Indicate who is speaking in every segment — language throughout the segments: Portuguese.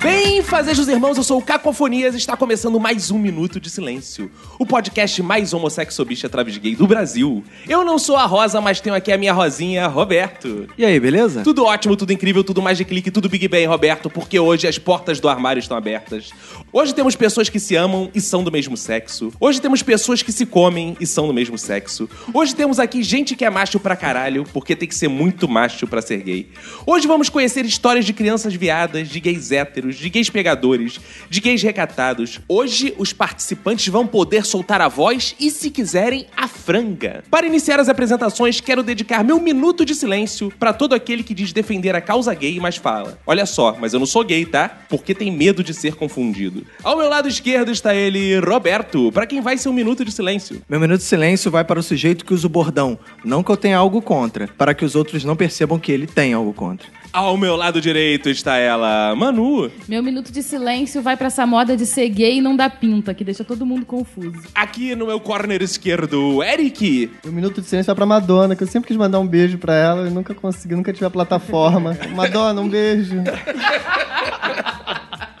Speaker 1: Bem, fazejos irmãos, eu sou o Cacofonias e está começando mais um Minuto de Silêncio, o podcast mais homossexobista travis gay do Brasil. Eu não sou a Rosa, mas tenho aqui a minha Rosinha, Roberto.
Speaker 2: E aí, beleza?
Speaker 1: Tudo ótimo, tudo incrível, tudo mais de clique, tudo Big Bang, Roberto, porque hoje as portas do armário estão abertas. Hoje temos pessoas que se amam e são do mesmo sexo. Hoje temos pessoas que se comem e são do mesmo sexo. Hoje temos aqui gente que é macho pra caralho, porque tem que ser muito macho pra ser gay. Hoje vamos conhecer histórias de crianças viadas, de gays héteros, de gays pegadores, de gays recatados. Hoje os participantes vão poder soltar a voz e, se quiserem, a franga. Para iniciar as apresentações, quero dedicar meu minuto de silêncio para todo aquele que diz defender a causa gay, mas fala: Olha só, mas eu não sou gay, tá? Porque tem medo de ser confundido. Ao meu lado esquerdo está ele, Roberto, para quem vai ser um minuto de silêncio.
Speaker 2: Meu minuto de silêncio vai para o sujeito que usa o bordão. Não que eu tenha algo contra, para que os outros não percebam que ele tem algo contra.
Speaker 1: Ao meu lado direito está ela, Manu.
Speaker 3: Meu minuto de silêncio vai pra essa moda de ser gay e não dar pinta, que deixa todo mundo confuso.
Speaker 1: Aqui no meu corner esquerdo, Eric.
Speaker 4: O minuto de silêncio vai pra Madonna, que eu sempre quis mandar um beijo pra ela e nunca consegui, nunca tive a plataforma. Madonna, um beijo.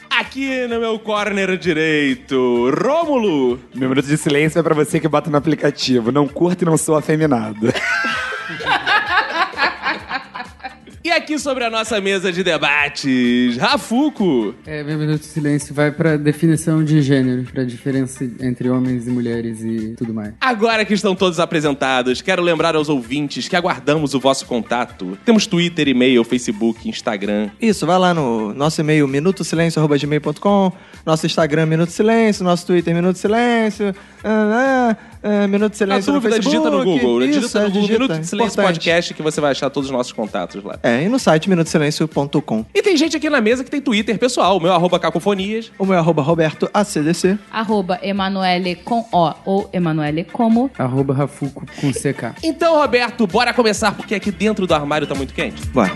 Speaker 1: Aqui no meu corner direito, Rômulo.
Speaker 5: Meu minuto de silêncio é pra você que bota no aplicativo. Não curto e não sou afeminado.
Speaker 1: E aqui sobre a nossa mesa de debates, Rafuco.
Speaker 6: É, meu minuto de silêncio vai pra definição de gênero, pra diferença entre homens e mulheres e tudo mais.
Speaker 1: Agora que estão todos apresentados, quero lembrar aos ouvintes que aguardamos o vosso contato. Temos Twitter, e-mail, Facebook, Instagram.
Speaker 2: Isso, vai lá no nosso e-mail minutosilencio.gmail.com, nosso Instagram Minuto Silêncio, nosso Twitter Minuto Silêncio, ah, ah, ah, Minuto
Speaker 1: Na
Speaker 2: Silêncio no
Speaker 1: dúvida,
Speaker 2: Facebook.
Speaker 1: digita no Google. né?
Speaker 2: Isso,
Speaker 1: digita no
Speaker 2: é,
Speaker 1: Google
Speaker 2: digita.
Speaker 1: Minuto de Silêncio
Speaker 2: Importante.
Speaker 1: Podcast que você vai achar todos os nossos contatos lá.
Speaker 2: É, e no site minutosilencio.com.
Speaker 1: E tem gente aqui na mesa que tem Twitter pessoal, o meu arroba cacofonias.
Speaker 2: O meu é arroba Roberto ACDC.
Speaker 3: Arroba Emanuele com O ou Emanuele como.
Speaker 5: É
Speaker 6: Arroba Rafuco com CK.
Speaker 1: Então, Roberto, bora começar, porque aqui dentro do armário tá muito quente.
Speaker 2: Vai.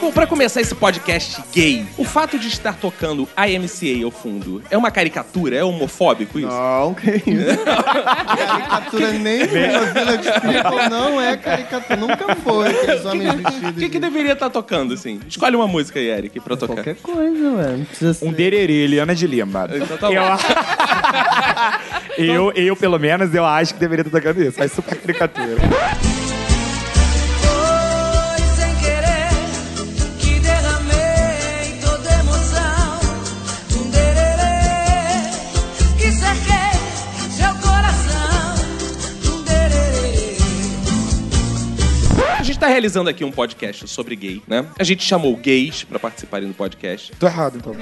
Speaker 1: Bom, pra começar esse podcast gay, o fato de estar tocando IMCA ao fundo é uma caricatura? É homofóbico isso?
Speaker 4: Não, que isso. caricatura nem do Mozilla Desculpa, não é caricatura. Nunca foi aqueles homens
Speaker 1: O
Speaker 4: vestidos.
Speaker 1: que, que
Speaker 4: de-
Speaker 1: deveria estar tocando, assim? Escolhe uma música aí, Eric, pra tocar.
Speaker 4: Qualquer coisa, velho. Não precisa ser.
Speaker 5: Um dererê, Eliana de Lima.
Speaker 1: Então tá bom.
Speaker 5: Eu, eu, pelo menos, eu acho que deveria estar tocando isso. Mas super caricatura.
Speaker 7: Foi sem querer que derramei toda emoção. Um dererê que cerquei seu coração. Um dererê.
Speaker 1: A gente tá realizando aqui um podcast sobre gay, né? A gente chamou gays pra participarem do podcast.
Speaker 5: Tô errado, então.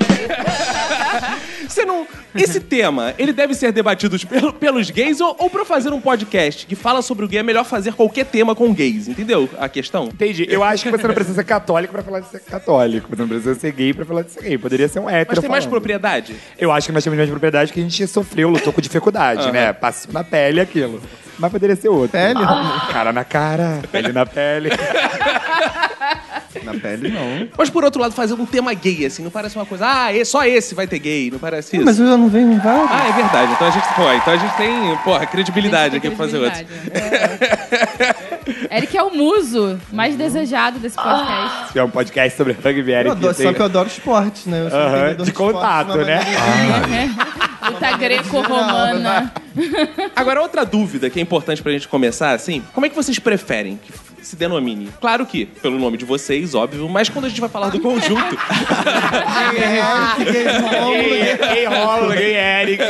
Speaker 1: Você não. Esse tema, ele deve ser debatido pelo- pelos gays ou, ou pra fazer um podcast que fala sobre o gay, é melhor fazer qualquer tema com gays, entendeu? A questão?
Speaker 5: Entendi. Eu acho que você não precisa ser católico pra falar de ser católico. Você não precisa ser gay pra falar de ser gay. Poderia ser um hétero
Speaker 1: Mas tem mais
Speaker 5: falando.
Speaker 1: propriedade?
Speaker 5: Eu acho que nós temos mais propriedade que a gente sofreu, lutou com dificuldade, né? Passou na pele aquilo. Mas poderia ser outro. Ah,
Speaker 4: Pele?
Speaker 5: Cara na cara, pele na pele.
Speaker 4: Na pele, não.
Speaker 1: Mas por outro lado, fazer um tema gay, assim, não parece uma coisa, ah, e- só esse vai ter gay, não parece isso?
Speaker 4: Mas eu já não venho em vários.
Speaker 1: Ah, é verdade. Então a gente, pô, então a gente tem, porra, credibilidade
Speaker 3: Tem
Speaker 1: aqui pra fazer outro.
Speaker 3: credibilidade. É. Eric é o muso mais desejado desse podcast.
Speaker 5: É um podcast sobre rugby,
Speaker 4: Eu
Speaker 5: Eric.
Speaker 4: adoro,
Speaker 5: tem-
Speaker 4: só que eu adoro esporte,
Speaker 2: Ah.
Speaker 4: né? Eu sou
Speaker 5: Aham,
Speaker 4: entendedor
Speaker 5: de
Speaker 4: esporte
Speaker 5: contato,
Speaker 4: uma
Speaker 5: né?
Speaker 4: maneira-
Speaker 3: Luta greco-romana.
Speaker 1: Agora, outra dúvida que é importante pra gente começar, assim, como é que vocês preferem que f- se denomine. Claro que, pelo nome de vocês, óbvio, mas quando a gente vai falar do conjunto,
Speaker 5: é Gay Rola, gay Eric.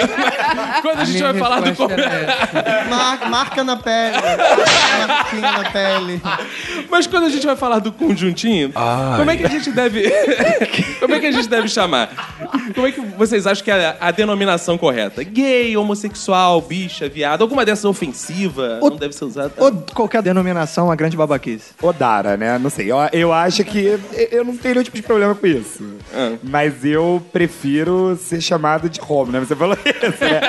Speaker 1: quando a gente vai falar do
Speaker 6: resposta
Speaker 1: conjunto.
Speaker 6: era essa.
Speaker 4: Mar- marca na pele. Marquinha na pele.
Speaker 1: Mas quando a gente vai falar do conjuntinho, como é que a gente deve. como é que a gente deve chamar? Como é que vocês acham que é a, a denominação correta? Gay, homossexual, bicha, viado, alguma dessas ofensiva?
Speaker 2: O-
Speaker 1: Não deve ser usada.
Speaker 2: Ou qualquer denominação, a grande babaquice.
Speaker 5: Odara, né? Não sei. Eu, eu acho que. eu- Eu não tenho nenhum tipo de problema com isso.
Speaker 1: Ah.
Speaker 5: Mas eu prefiro ser chamado de Romo, né? Você falou isso, né?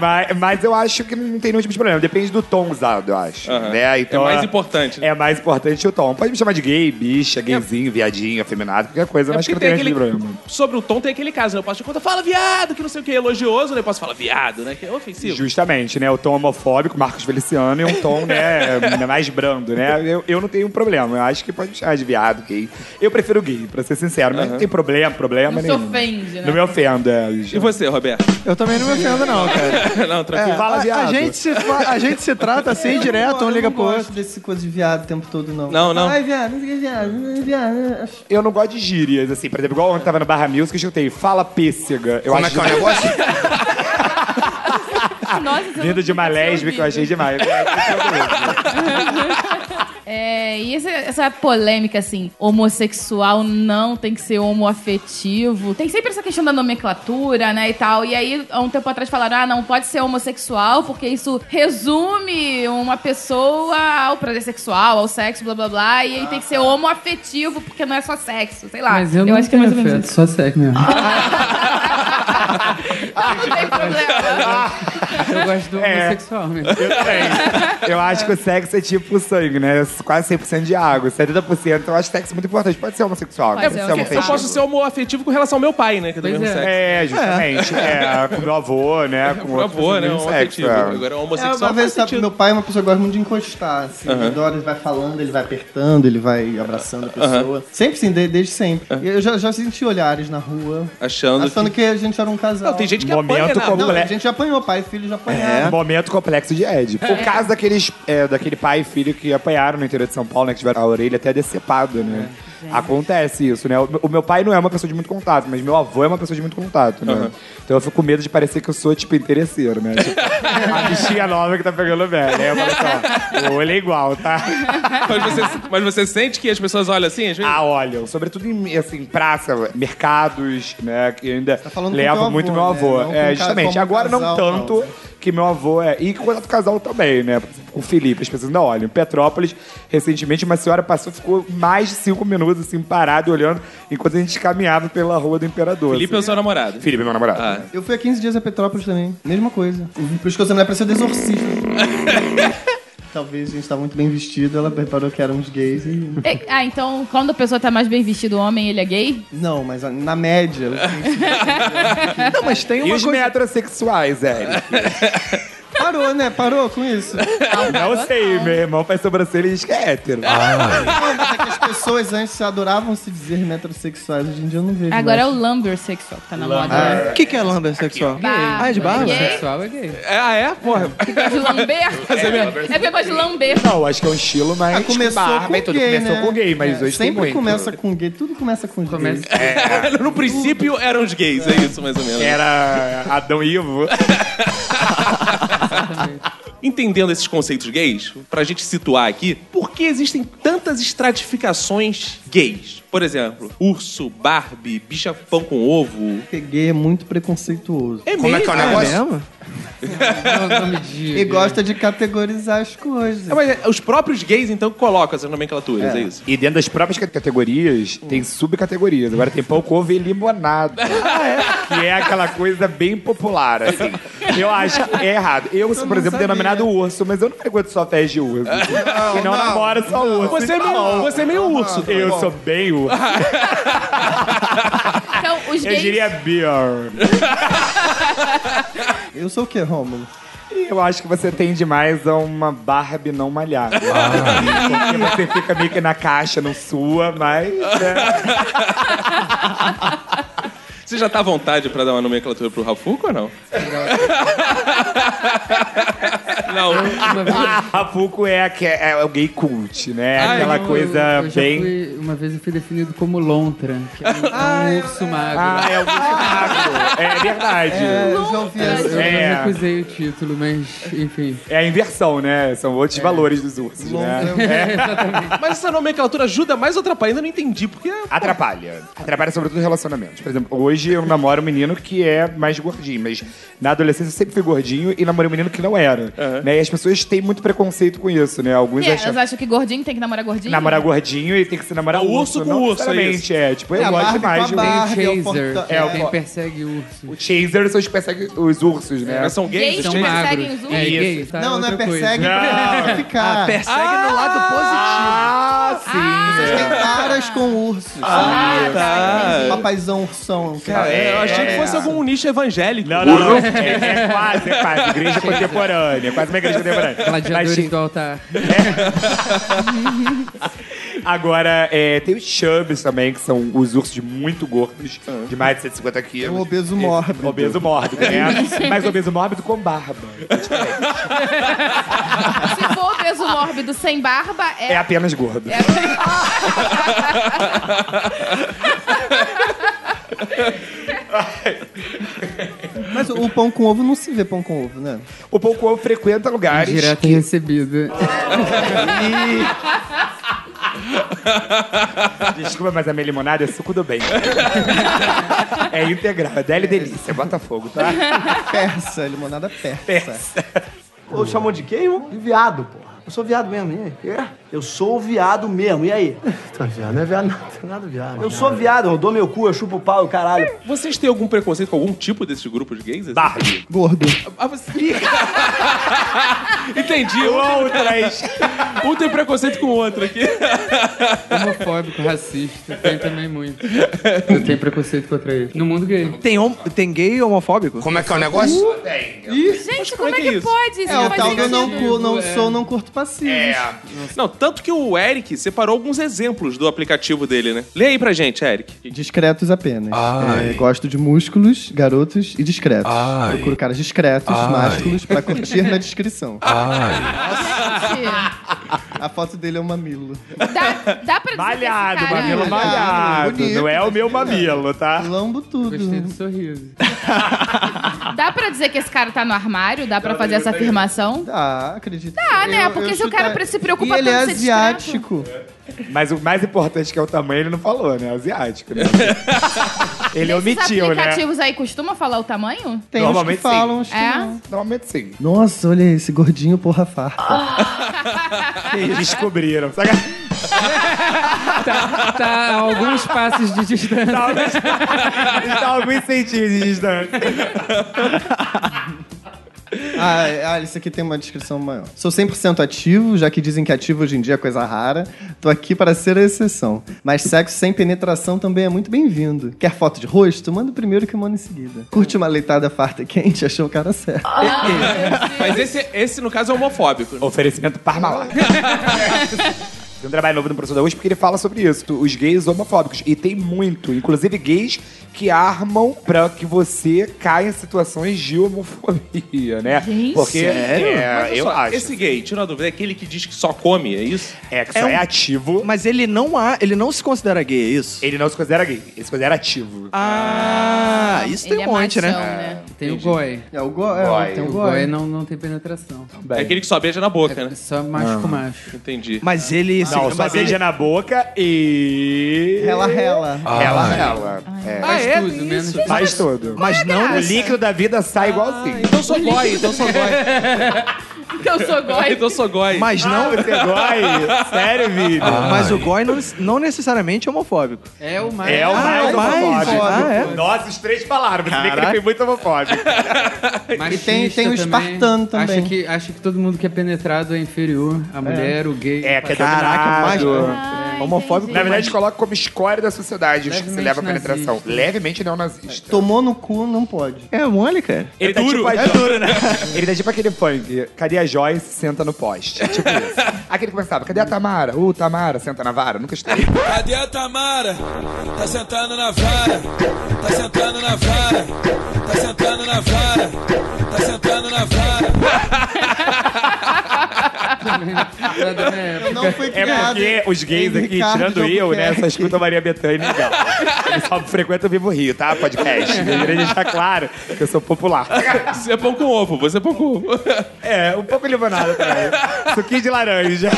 Speaker 5: mas, mas eu acho que não tem nenhum tipo de problema. Depende do tom usado, eu acho.
Speaker 1: Aham.
Speaker 5: Né? Então,
Speaker 1: É mais
Speaker 5: a-
Speaker 1: importante, né?
Speaker 5: É mais importante o tom. Pode me chamar de gay, bicha, gayzinho, viadinho, afeminado, qualquer coisa.
Speaker 1: É
Speaker 5: eu acho que não
Speaker 1: porque
Speaker 5: tem, nenhum tipo de problema.
Speaker 1: Sobre o tom, tem aquele caso, né? Eu posso te contar, fala viado, que não sei o que, elogioso, né? Eu posso falar viado, né? Que é ofensivo.
Speaker 5: Justamente, né? O tom homofóbico, Marcos Feliciano, e um tom, né, mais brando, né? Eu, eu não tenho problema. Eu acho que pode me chamar de viado, gay. Eu prefiro gay, pra ser sincero. Mas não tem problema, problema
Speaker 3: Não se
Speaker 5: nenhum.
Speaker 3: ofende, né?
Speaker 5: Não me ofendo, é.
Speaker 1: E você, Roberto?
Speaker 2: Eu também não me ofendo, não, cara.
Speaker 1: não, tranquilo.
Speaker 5: Fala,
Speaker 2: a, a
Speaker 5: viado.
Speaker 2: gente se, fa- a gente se trata assim, direto, um
Speaker 4: eu
Speaker 2: liga
Speaker 4: não
Speaker 2: pro outro.
Speaker 4: gosto desse coisa de viado o tempo todo, É. não.
Speaker 1: Não, não.
Speaker 4: Ai, viado, não sei o que, viado, não sei o que, viado.
Speaker 5: Eu não gosto de gírias, assim. Por exemplo, igual ontem tava no Barra Music, eu chutei, fala pêssega. Eu
Speaker 8: Como é
Speaker 5: acho
Speaker 8: que é o negócio?
Speaker 3: Nossa, você não
Speaker 5: Vindo de uma
Speaker 3: fica assim
Speaker 5: lésbica, eu achei
Speaker 3: ouvindo.
Speaker 5: demais. um
Speaker 3: É, e essa, essa polêmica, assim, homossexual não tem que ser homoafetivo. Tem sempre essa questão da nomenclatura, né, e tal. E aí, há um tempo atrás falaram, ah, não pode ser homossexual, porque isso resume uma pessoa ao prazer sexual, ao sexo, blá, blá, blá. E aí tem que ser homoafetivo, porque não é só sexo, sei lá.
Speaker 6: Mas eu, não
Speaker 3: acho que é
Speaker 6: tenho
Speaker 3: mais ou menos
Speaker 6: afeto, só sexo mesmo.
Speaker 3: isso. Ah, Não tem problema.
Speaker 6: Eu gosto do
Speaker 5: É.
Speaker 6: homossexual mesmo.
Speaker 5: Eu também. Eu acho que o sexo é tipo o sangue, né? Quase 100% de água, 70%. Eu acho o sexo muito importante. Pode ser homossexual,
Speaker 3: Pode
Speaker 5: pode,
Speaker 3: ser
Speaker 5: ser
Speaker 1: Eu
Speaker 5: homossexual.
Speaker 1: posso ser homoafetivo com relação ao meu pai, né? Que é do
Speaker 6: Pois
Speaker 1: mesmo
Speaker 6: é.
Speaker 1: sexo.
Speaker 5: É, É, justamente. É. com meu avô, né? Com
Speaker 1: Por favor, né?
Speaker 5: outro
Speaker 1: Homoafetivo. Agora,
Speaker 4: É,
Speaker 1: homossexual
Speaker 4: uma
Speaker 1: faz
Speaker 4: vez, sabe,
Speaker 1: sentido.
Speaker 4: meu pai é uma pessoa que gosta muito de encostar, assim. Ele adora, ele vai falando, ele vai apertando, ele vai abraçando a pessoa. Sempre sim, de- desde sempre. E Eu já, já senti olhares na rua,
Speaker 1: Achando,
Speaker 4: achando
Speaker 1: que...
Speaker 4: que a gente era um casal.
Speaker 1: Não, tem gente que
Speaker 5: Momento
Speaker 1: apanha na
Speaker 5: como-
Speaker 4: Não,
Speaker 5: Mulher.
Speaker 4: a gente já apanhou, pai e filho já apanharam.
Speaker 5: É. Momento complexo de Ed. O caso daqueles, é, daquele pai e filho que apanharam no interior de São Paulo, né? Que tiveram a orelha até decepada, né? Acontece isso, né? O, o meu pai não é uma pessoa de muito contato, mas meu avô é uma pessoa de muito contato, né? Então eu fico com medo de parecer que eu sou, tipo, interesseiro, né? Tipo, a bichinha nova que tá pegando o velho. Né? Eu falo assim, ó, o olho é igual, tá?
Speaker 1: Mas você, mas você sente que as pessoas olham assim? Às vezes?
Speaker 5: Ah, olham. Sobretudo em, assim, praça, mercados, né? Que eu ainda
Speaker 4: tá falando com
Speaker 5: levo
Speaker 4: teu
Speaker 5: muito
Speaker 4: avô,
Speaker 5: meu
Speaker 4: né?
Speaker 5: avô.
Speaker 4: Não com
Speaker 5: É,
Speaker 4: ca-
Speaker 5: justamente.
Speaker 4: como
Speaker 5: Agora não
Speaker 4: casal,
Speaker 5: tanto
Speaker 4: não.
Speaker 5: que meu avô é. E com contato casal também, né? O Felipe, as pessoas ainda olham. Em Petrópolis, recentemente, uma senhora passou, ficou mais de cinco minutos, assim, parada, olhando, enquanto a gente caminhava pela rua do Imperador.
Speaker 1: Felipe é o
Speaker 5: assim.
Speaker 1: seu namorado.
Speaker 5: Felipe é meu namorado.
Speaker 1: Ah.
Speaker 4: Eu fui há 15 dias a Petrópolis também, mesma coisa. O pescoço da mulher parecia do exorcista. Talvez a gente tá muito bem vestido, ela reparou que éramos gays e...
Speaker 3: É, ah, então, quando a pessoa tá mais bem vestida, o homem, ele é gay?
Speaker 4: Não, mas na média... assim,
Speaker 2: Não, mas tem
Speaker 5: E
Speaker 2: uma
Speaker 5: os
Speaker 2: coisa.
Speaker 5: metrosexuais, é.
Speaker 4: Parou, né? Parou com isso.
Speaker 5: Não sei, meu irmão faz sobrancelha e diz que é hétero.
Speaker 4: Não, mas é que as pessoas antes adoravam se dizer metrosexuais, hoje em dia eu não vejo
Speaker 3: Agora é o
Speaker 4: mais.
Speaker 3: lumber sexual que tá na moda, né?
Speaker 2: O que, que é lamba sexual?
Speaker 3: Barba.
Speaker 2: Ah, é de barba?
Speaker 3: Gay?
Speaker 6: Homossexual é gay.
Speaker 1: Ah, é? Porra.
Speaker 3: Que gosta de lamber? É porque gosta de lamber.
Speaker 5: Não, acho que é um estilo mais.
Speaker 4: Ah, começou
Speaker 5: barba
Speaker 4: com
Speaker 5: e tudo.
Speaker 4: gay,
Speaker 5: começou
Speaker 4: né?
Speaker 5: com gay, mas
Speaker 4: É,
Speaker 5: hoje tem
Speaker 4: Sempre
Speaker 5: muito.
Speaker 4: começa com gay, tudo começa com gay.
Speaker 6: Começa-
Speaker 1: É, No princípio eram os gays, é isso mais ou menos.
Speaker 5: Era Adão e Ivo.
Speaker 1: Entendendo esses conceitos gays, pra gente situar aqui, por que existem tantas estratificações gays? Por exemplo, urso, Barbie, bicha pão com ovo.
Speaker 4: Porque gay é muito preconceituoso.
Speaker 1: É
Speaker 8: Como é que é o
Speaker 2: É
Speaker 8: negócio?
Speaker 2: mesmo?
Speaker 6: Não, não me diga.
Speaker 4: E gosta de categorizar as coisas.
Speaker 1: É, mas é, os próprios gays, então, que colocam essas nomenclaturas, é, isso?
Speaker 5: E dentro das próprias cate- categorias, tem subcategorias. Agora tem pão com ovo e limonada.
Speaker 1: Ah,
Speaker 5: Que é aquela coisa bem popular, assim. Eu acho que é errado. Eu sou, por exemplo, denominado urso, mas eu não frequento só festa de urso. Não, não, namoro só urso.
Speaker 1: Você é meio, você é meio urso. Ah,
Speaker 5: Eu sou bem urso.
Speaker 3: Então, os
Speaker 5: Eu
Speaker 3: gays...
Speaker 5: diria Bjorn.
Speaker 4: Eu sou o quê, Rômulo?
Speaker 5: Eu acho que você tende mais a uma Barbie não malhada.
Speaker 1: Ah.
Speaker 5: Porque você fica meio que na caixa, não sua, mas... né?
Speaker 1: Você já tá à vontade pra dar uma nomenclatura pro Rafuco ou não? Não.
Speaker 6: Uma vez,
Speaker 5: Rafuco é, aque- é o gay cult, né?
Speaker 6: Ah,
Speaker 5: Aquela
Speaker 6: eu-
Speaker 5: coisa
Speaker 6: eu já
Speaker 5: bem.
Speaker 6: fui- uma vez eu fui definido como lontra, que é um, é um urso mago.
Speaker 5: Ah, é o Gustavo. É verdade.
Speaker 4: É,
Speaker 5: É...
Speaker 4: eu já ouvi
Speaker 6: Eu-
Speaker 4: essa.
Speaker 6: eu
Speaker 5: É.
Speaker 6: recusei o título, mas enfim.
Speaker 5: a inversão, né? São outros valores dos ursos, né?
Speaker 1: Mas essa nomenclatura ajuda mais ou atrapalha? Ainda não entendi, porque... é
Speaker 5: Atrapalha. Atrapalha sobretudo em relacionamentos. Por exemplo, hoje eu namoro um menino que é mais gordinho, mas na adolescência eu sempre fui gordinho e namorei um menino que não era. Né? E as pessoas têm muito preconceito com isso, né? Alguns
Speaker 3: Que é,
Speaker 5: acham
Speaker 3: elas acham que gordinho tem que namorar gordinho?
Speaker 5: namorar gordinho e tem que se namorar
Speaker 1: É o urso com
Speaker 5: não
Speaker 1: urso, é
Speaker 5: necessariamente, é Tipo, eu
Speaker 4: É, a
Speaker 5: gosto
Speaker 4: Barbie
Speaker 5: mais
Speaker 4: com
Speaker 5: de
Speaker 4: a
Speaker 5: um...
Speaker 4: Barbie.
Speaker 6: Tem
Speaker 4: Ah,
Speaker 6: o
Speaker 4: que é o
Speaker 6: Chaser,
Speaker 4: porta-
Speaker 6: que
Speaker 5: é
Speaker 6: é
Speaker 5: o
Speaker 6: quem
Speaker 5: por-
Speaker 6: persegue o urso.
Speaker 5: O chaser são os, que perseguem os ursos, né?
Speaker 1: Mas são gays?
Speaker 3: Gays
Speaker 1: os
Speaker 6: São
Speaker 3: Eles
Speaker 1: chasers?
Speaker 3: perseguem
Speaker 6: magros.
Speaker 3: os
Speaker 6: É,
Speaker 3: ursos?
Speaker 6: gay, tá?
Speaker 4: Não, não é
Speaker 6: Outra coisa. Ah,
Speaker 4: persegue pra ficar.
Speaker 9: Segue no lado positivo.
Speaker 5: Ah, sim.
Speaker 4: Tem caras com ursos.
Speaker 1: Ah, tá. É.
Speaker 4: Papaizão ursão.
Speaker 1: Cara, eu achei que fosse algum nicho evangélico.
Speaker 5: Ah, é. Não, não, não. É, é quase, é quase. Igreja contemporânea. É quase uma igreja contemporânea.
Speaker 6: Gladiadores
Speaker 5: Mas,
Speaker 6: do altar.
Speaker 5: agora, é, tem os chubs também, que são os ursos muito gordos, de mais de 150 quilos.
Speaker 4: O obeso mórbido.
Speaker 5: Obeso mórbido, né? Mas obeso mórbido com barba.
Speaker 3: Se for peso mórbido sem barba,
Speaker 5: É
Speaker 3: é.
Speaker 5: apenas gordo.
Speaker 3: é-
Speaker 4: Mas o pão com ovo não se vê pão com ovo, né?
Speaker 5: O Poco frequenta lugares.
Speaker 6: É Direto
Speaker 5: que-
Speaker 6: recebida.
Speaker 5: Desculpa, mas a minha limonada é suco do bem. é integral, é deli delícia, Botafogo, tá?
Speaker 4: Persa, limonada persa.
Speaker 8: Ô, chamou de quem? De viado, pô. Eu sou viado mesmo, e aí? É? Eu sou viado mesmo, e aí? Tô viado, não é viado nada, nada viado. Eu sou viado, eu dou meu cu, eu chupo o pau, caralho.
Speaker 1: Vocês têm algum preconceito com algum tipo desses grupos de gays? assim?
Speaker 5: Barbie.
Speaker 4: Gordo.
Speaker 1: Ah, você... Entendi.
Speaker 5: Outras.
Speaker 1: Um tem preconceito com o outro aqui.
Speaker 6: Homofóbico, racista, tem também muito. Eu tenho preconceito contra ele. No mundo gay.
Speaker 2: Tem, hom- tem gay homofóbico?
Speaker 8: Como é que é o negócio?
Speaker 3: Gente, como é que pode? Isso
Speaker 4: É,
Speaker 3: não
Speaker 4: o
Speaker 3: faz
Speaker 4: tal do
Speaker 3: sentido.
Speaker 4: não, cu- não
Speaker 6: é.
Speaker 4: sou, não curto passivo.
Speaker 1: Não, tanto que o Eric separou alguns exemplos do aplicativo dele, né? Lê aí pra gente, Eric.
Speaker 4: É. Discretos apenas.
Speaker 10: Ai.
Speaker 4: É, gosto de músculos, garotos e discretos.
Speaker 10: Ai.
Speaker 4: Procuro caras discretos,
Speaker 10: Ai.
Speaker 4: másculos, pra curtir na descrição.
Speaker 10: Ai,
Speaker 3: Gente,
Speaker 4: A foto dele é um mamilo.
Speaker 3: assim. Dá, dá pra dizer que
Speaker 5: Malhado,
Speaker 3: esse cara- é.
Speaker 5: mamilo é malhado.
Speaker 4: Bonito,
Speaker 5: não é o meu mamilo, tá?
Speaker 4: Lambo tudo.
Speaker 6: Gostei do sorriso.
Speaker 3: Dá pra dizer que esse cara tá no armário? Dá pra fazer essa afirmação?
Speaker 4: Ah, acredito.
Speaker 3: Dá, né? Porque se o cara
Speaker 4: chutar-
Speaker 3: se preocupa
Speaker 4: e ele é
Speaker 3: tanto em ser discreto.
Speaker 4: asiático.
Speaker 5: Mas o mais importante que é o tamanho, ele não falou, né? Asiático, né? ele
Speaker 3: Esses
Speaker 5: omitiu, né?
Speaker 3: aplicativos aí costuma falar o tamanho?
Speaker 4: Tem uns que
Speaker 5: Normalmente sim.
Speaker 4: falam, uns que
Speaker 3: É?
Speaker 4: não.
Speaker 5: Normalmente sim.
Speaker 4: Nossa, olha esse gordinho porra farta.
Speaker 5: Descobriram. Saca?
Speaker 6: Tá a alguns passos de distância.
Speaker 5: Talvez. Talvez Tá centímetros de distância.
Speaker 4: Ah, ah, isso aqui tem uma descrição maior. Sou 100% ativo, já que dizem que ativo hoje em dia é coisa rara. Tô aqui para ser a exceção. Mas sexo sem penetração também é muito bem-vindo. Quer foto de rosto? Manda o primeiro que eu mando em seguida. Curte uma leitada farta e quente? Achou o cara certo.
Speaker 1: Mas esse, esse, no caso, é homofóbico.
Speaker 5: Oferecimento Parmalat. Tem um trabalho novo do professor da USP porque ele fala sobre isso, os gays homofóbicos. E tem muito, inclusive gays que armam pra que você caia em situações de homofobia, né?
Speaker 3: Gente.
Speaker 5: porque
Speaker 1: Mas
Speaker 5: é,
Speaker 1: olha
Speaker 5: eu
Speaker 1: só,
Speaker 5: acho.
Speaker 1: Esse gay, tira a dúvida, é aquele que diz que só come, é isso?
Speaker 5: É, que só é,
Speaker 2: é um-
Speaker 5: ativo.
Speaker 2: Mas ele não, há, ele não se considera gay, é isso?
Speaker 5: Ele não se considera gay, ele se considera ativo.
Speaker 2: Ah, isso tem
Speaker 3: ele
Speaker 2: um
Speaker 3: é
Speaker 2: monte,
Speaker 3: machão,
Speaker 2: né?
Speaker 3: né?
Speaker 6: Tem o goi.
Speaker 4: É o goi.
Speaker 5: Goi.
Speaker 4: É, tem o
Speaker 6: O goi
Speaker 4: goi.
Speaker 6: não, não tem penetração.
Speaker 1: É aquele que só beija na boca,
Speaker 6: É
Speaker 1: né?
Speaker 6: só macho com macho.
Speaker 1: Entendi.
Speaker 2: Mas ele. se-
Speaker 5: Não, só
Speaker 2: assim, mas ele-
Speaker 5: beija na boca e.
Speaker 4: Rela, rela.
Speaker 5: Rela, rela. É.
Speaker 3: Ah,
Speaker 6: Faz tudo, menos
Speaker 5: Faz tudo.
Speaker 2: Mas
Speaker 3: é,
Speaker 2: não.
Speaker 5: O líquido da vida sai igualzinho.
Speaker 1: Então sou goi, então sou goi.
Speaker 3: Então eu sou goi.
Speaker 1: Então sou goi.
Speaker 2: Mas não.
Speaker 5: Você goi? Sério, vídeo?
Speaker 2: Mas o Goy não, não necessariamente é homofóbico.
Speaker 6: É o macho.
Speaker 5: É o mais Ah,
Speaker 2: é o mais
Speaker 5: homofóbico.
Speaker 2: homofóbico.
Speaker 5: Nossa, os três falaram. Você vê que ele foi muito homofóbico.
Speaker 6: Machista
Speaker 4: tem- tem o espartano também.
Speaker 6: Acha que, acha que todo mundo que é penetrado é inferior. A mulher, o gay.
Speaker 5: É,
Speaker 6: o
Speaker 5: que é
Speaker 6: padre.
Speaker 5: Caraca,
Speaker 2: mais-
Speaker 3: Ah,
Speaker 2: Homofóbico.
Speaker 5: Na verdade, coloca como escória da sociedade os que se
Speaker 6: Levemente
Speaker 5: leva à penetração.
Speaker 6: nazista.
Speaker 5: Levemente neonazista.
Speaker 4: Tomou no cu, não pode.
Speaker 2: É mole, cara.
Speaker 1: Ele
Speaker 5: tá
Speaker 1: duro.
Speaker 5: tipo a Jo- Ele tá tipo aquele funk. Cadê a Joyce? Senta no poste. Tipo isso. Aquele que começava. Cadê a Tamara? Uh, Tamara, senta na vara. Nunca estou.
Speaker 7: Cadê a Tamara? Tá sentando na vara, tá sentando na vara, tá sentando na vara, tá sentando na vara.
Speaker 6: Eu
Speaker 4: não fui
Speaker 5: É porque os gays aqui, tirando eu, né, só escutam Maria Bethânia e Miguel. Eles só frequentam o Vivo Rio, tá? Podcast. Eu queria deixar claro que eu sou popular.
Speaker 1: Você é pão com ovo, você é pão com ovo.
Speaker 5: É, um pouco de limonada também. Suquinho de laranja.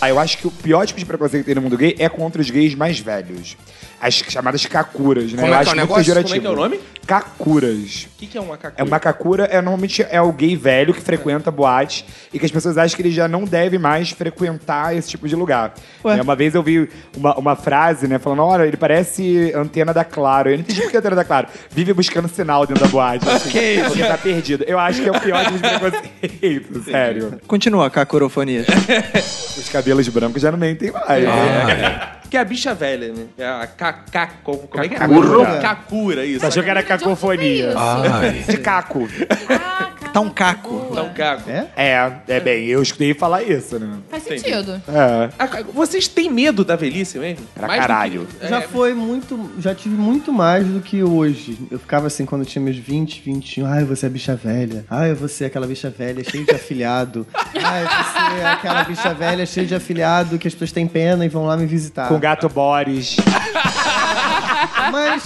Speaker 5: Ah, eu acho que o pior tipo de preconceito que tem no mundo gay é contra os gays mais velhos. As chamadas kakuras, né?
Speaker 1: Como
Speaker 5: eu
Speaker 1: é que
Speaker 5: acho
Speaker 1: é o
Speaker 5: muito
Speaker 1: negócio? Como é
Speaker 5: pejorativo.
Speaker 1: que é o nome?
Speaker 5: Kakuras.
Speaker 1: O que, que é uma
Speaker 5: É
Speaker 1: cacura?
Speaker 5: uma kakura, é normalmente é o gay velho que frequenta boate e que as pessoas acham que ele já não deve mais frequentar esse tipo de lugar.
Speaker 2: Ué.
Speaker 5: Né, Uma vez eu vi uma, uma frase, né, falando, olha, ele parece antena da Claro. Eu não entendi por que antena da Claro. Vive buscando sinal dentro da boate. Assim,
Speaker 1: Que isso?
Speaker 5: Porque tá perdido. Eu acho que é o pior tipo de preconceito, sério.
Speaker 2: Continua com a corofonia.
Speaker 5: Os cabelos brancos já não mentem mais. um-
Speaker 1: Que Ah, é a bicha velha, né? É a cacaco... Como é que é?
Speaker 5: Cacura.
Speaker 1: Cacura, isso.
Speaker 5: Você achou que era cacofonia.
Speaker 4: Ah,
Speaker 9: Ai.
Speaker 5: De caco.
Speaker 2: Tá um caco.
Speaker 1: Dá um caco.
Speaker 5: É, é bem, eu escutei falar isso, né?
Speaker 3: Faz
Speaker 1: Entendi.
Speaker 3: sentido.
Speaker 5: É.
Speaker 1: A ca- Vocês têm medo da velhice mesmo?
Speaker 5: Pra
Speaker 1: Mais do que-
Speaker 5: caralho.
Speaker 1: É,
Speaker 4: Já foi muito. Já tive muito mais do que hoje. Eu ficava assim quando eu tinha meus 20, 21. Ai, você é bicha velha. Ai, você é aquela bicha velha cheia de afilhado. Ai, você é aquela bicha velha cheia de afilhado que as pessoas têm pena e vão lá me visitar.
Speaker 5: Com gato Boris.
Speaker 4: Mas.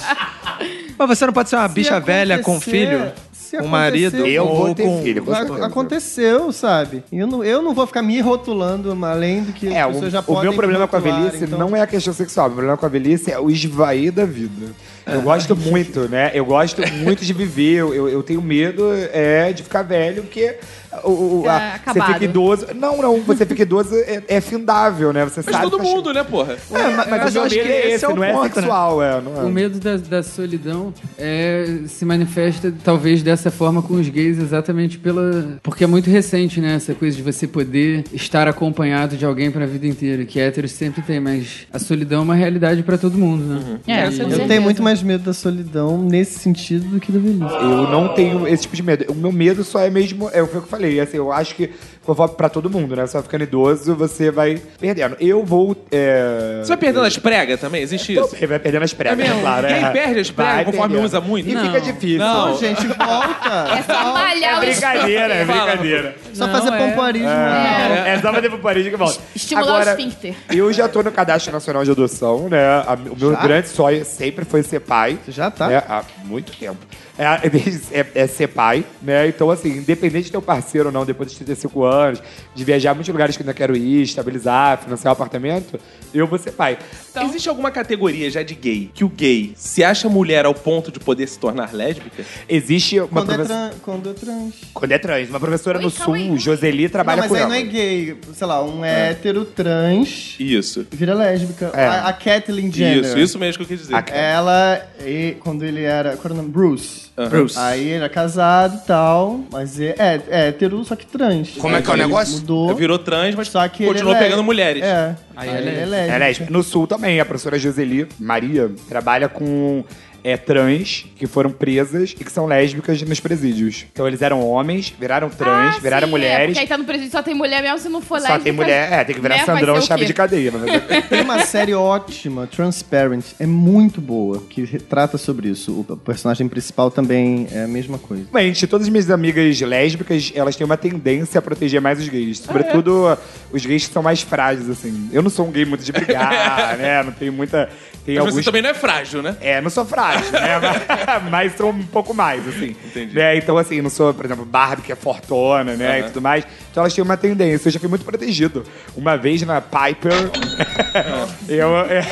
Speaker 2: Mas você não pode ser uma bicha velha com
Speaker 4: acontecer-
Speaker 2: filho?
Speaker 4: se
Speaker 2: Com marido?
Speaker 4: acontecer-
Speaker 5: Eu
Speaker 2: ou
Speaker 5: vou ter
Speaker 2: com...
Speaker 5: filho, com
Speaker 4: Ac-
Speaker 5: certeza.
Speaker 4: aconteceu, sabe? Eu não, eu não vou ficar me rotulando além do que
Speaker 5: É,
Speaker 4: as
Speaker 5: o,
Speaker 4: pessoas já
Speaker 5: o
Speaker 4: podem
Speaker 5: meu problema com a
Speaker 4: rotular,
Speaker 5: velhice
Speaker 4: então-
Speaker 5: não é a questão sexual. O problema com a velhice é o esvair da vida. Eu gosto muito, né? Eu gosto muito de viver. Eu, eu- eu tenho medo é, de ficar velho, porque o, o- a-
Speaker 3: É,
Speaker 5: você
Speaker 3: acabado.
Speaker 5: fica idoso. Não, não. Você fica idoso é, é findável, né? Você
Speaker 1: Mas
Speaker 5: sabe.
Speaker 1: todo
Speaker 5: tá
Speaker 1: mundo, né, porra?
Speaker 5: chegando- É, mas, mas
Speaker 2: mas
Speaker 5: o
Speaker 2: eu
Speaker 5: meu
Speaker 2: acho
Speaker 5: medo
Speaker 2: que
Speaker 5: é
Speaker 2: esse
Speaker 5: esse,
Speaker 2: é o
Speaker 5: não é
Speaker 2: ponto, né?
Speaker 5: sexual, é. Não é.
Speaker 6: O medo da, da solidão é, se manifesta talvez dessa forma com os gays, exatamente pela. Porque é muito recente, né? Essa coisa de você poder estar acompanhado de alguém pra vida inteira, que héteros sempre tem, mas a solidão é uma realidade pra todo mundo,
Speaker 5: Uhum.
Speaker 6: né?
Speaker 3: É, com
Speaker 4: Eu
Speaker 3: certeza.
Speaker 4: tenho muito mais medo da solidão nesse sentido do que da velhice.
Speaker 5: Eu não tenho esse tipo de medo. O meu medo só é mesmo. É o que eu falei. Assim, eu acho que conforme pra todo mundo, né? Só ficando idoso, você vai perdendo. Eu vou. é,
Speaker 1: Você vai perdendo as pregas também? Existe isso?
Speaker 5: Ele vai perdendo as pregas,
Speaker 1: É mesmo?
Speaker 5: claro.
Speaker 1: Quem
Speaker 5: é.
Speaker 1: perde as pregas
Speaker 5: Vai
Speaker 1: conforme
Speaker 5: perdendo.
Speaker 1: usa muito? né?
Speaker 5: E
Speaker 1: Não.
Speaker 5: fica difícil.
Speaker 1: Não,
Speaker 4: Não, gente, volta!
Speaker 3: É só malhar o
Speaker 5: Brincadeira, é
Speaker 1: Fala.
Speaker 5: brincadeira.
Speaker 4: Só
Speaker 6: Não,
Speaker 4: fazer
Speaker 6: é.
Speaker 4: pompoarismo.
Speaker 5: É só fazer pro Paris que volta.
Speaker 3: Estimular o esfíncter.
Speaker 5: Eu já tô no Cadastro Nacional de Adoção, né? A- o meu
Speaker 4: Já?
Speaker 5: grande sonho sempre foi ser pai.
Speaker 4: Você já tá?
Speaker 5: né? Há muito tempo. É, é desde- é- é ser pai, né? Então, assim, independente de ter um parceiro ou não, depois dos 35 anos, de viajar a muitos lugares que eu ainda quero ir, estabilizar, financiar um apartamento, eu vou ser pai.
Speaker 3: Então,
Speaker 1: Existe alguma categoria já de gay que o gay se acha mulher ao ponto de poder se tornar lésbica?
Speaker 5: Existe uma
Speaker 4: Quando, é
Speaker 5: professora.
Speaker 4: tran- quando é trans.
Speaker 5: Quando é trans, uma professora
Speaker 3: Oi,
Speaker 5: no
Speaker 3: calma
Speaker 5: sul,
Speaker 3: aí.
Speaker 5: Joseli, trabalha
Speaker 4: não, mas
Speaker 5: com
Speaker 4: aí
Speaker 5: ela.
Speaker 4: não é gay. Sei lá, um hétero trans
Speaker 1: Isso.
Speaker 4: vira lésbica.
Speaker 5: É.
Speaker 4: A, a Kathleen Jenner.
Speaker 1: Isso, isso mesmo que eu quis dizer.
Speaker 5: A-
Speaker 4: Ela, e- quando ele era. Qual era o nome? Bruce.
Speaker 1: É. Aham.
Speaker 2: Bruce.
Speaker 4: Aí ele era casado e tal, mas é, é, é hétero, só que trans.
Speaker 9: Como é que é o
Speaker 4: Ele
Speaker 9: negócio?
Speaker 4: Mudou.
Speaker 1: Virou trans, mas
Speaker 4: Só que ele
Speaker 1: continuou
Speaker 4: é lé-
Speaker 1: pegando mulheres.
Speaker 4: É.
Speaker 6: Aí
Speaker 4: ele
Speaker 6: ele é
Speaker 4: é
Speaker 5: É,
Speaker 4: lésbico.
Speaker 5: aliás, no sul também, a professora Joseli Maria trabalha com é, trans que foram presas e que são lésbicas nos presídios. Então eles eram homens, viraram trans,
Speaker 3: Ah,
Speaker 5: viraram
Speaker 3: sim, É,
Speaker 5: mulheres.
Speaker 3: porque aí tá no presídio, só tem mulher mesmo, se não for
Speaker 5: Só
Speaker 3: lésbica.
Speaker 5: tem mulher, é, tem que virar
Speaker 3: né, vai
Speaker 5: Sandrão
Speaker 3: ser o
Speaker 5: chave
Speaker 3: quê?
Speaker 5: de cadeia. mas- é
Speaker 4: Tem uma série ótima, Transparent, é muito boa, que retrata sobre isso. O personagem principal também é a mesma coisa.
Speaker 5: Realmente, todas as minhas amigas lésbicas, elas têm uma tendência a proteger mais os gays. Sobretudo os gays que são mais frágeis, assim. Eu não sou um gay muito de brigar, né? Não tenho muita. Tem
Speaker 1: Mas
Speaker 5: alguns
Speaker 1: você também não é frágil, né?
Speaker 5: É, não sou frágil, né? Mas- Mas sou um pouco mais, assim.
Speaker 1: Entendi.
Speaker 5: Né? Então, assim, não sou, por exemplo, Barbie, que é fortona, né? E tudo mais. Então elas têm uma tendência. Eu já fui muito protegido. Uma vez na Piper, eu... é,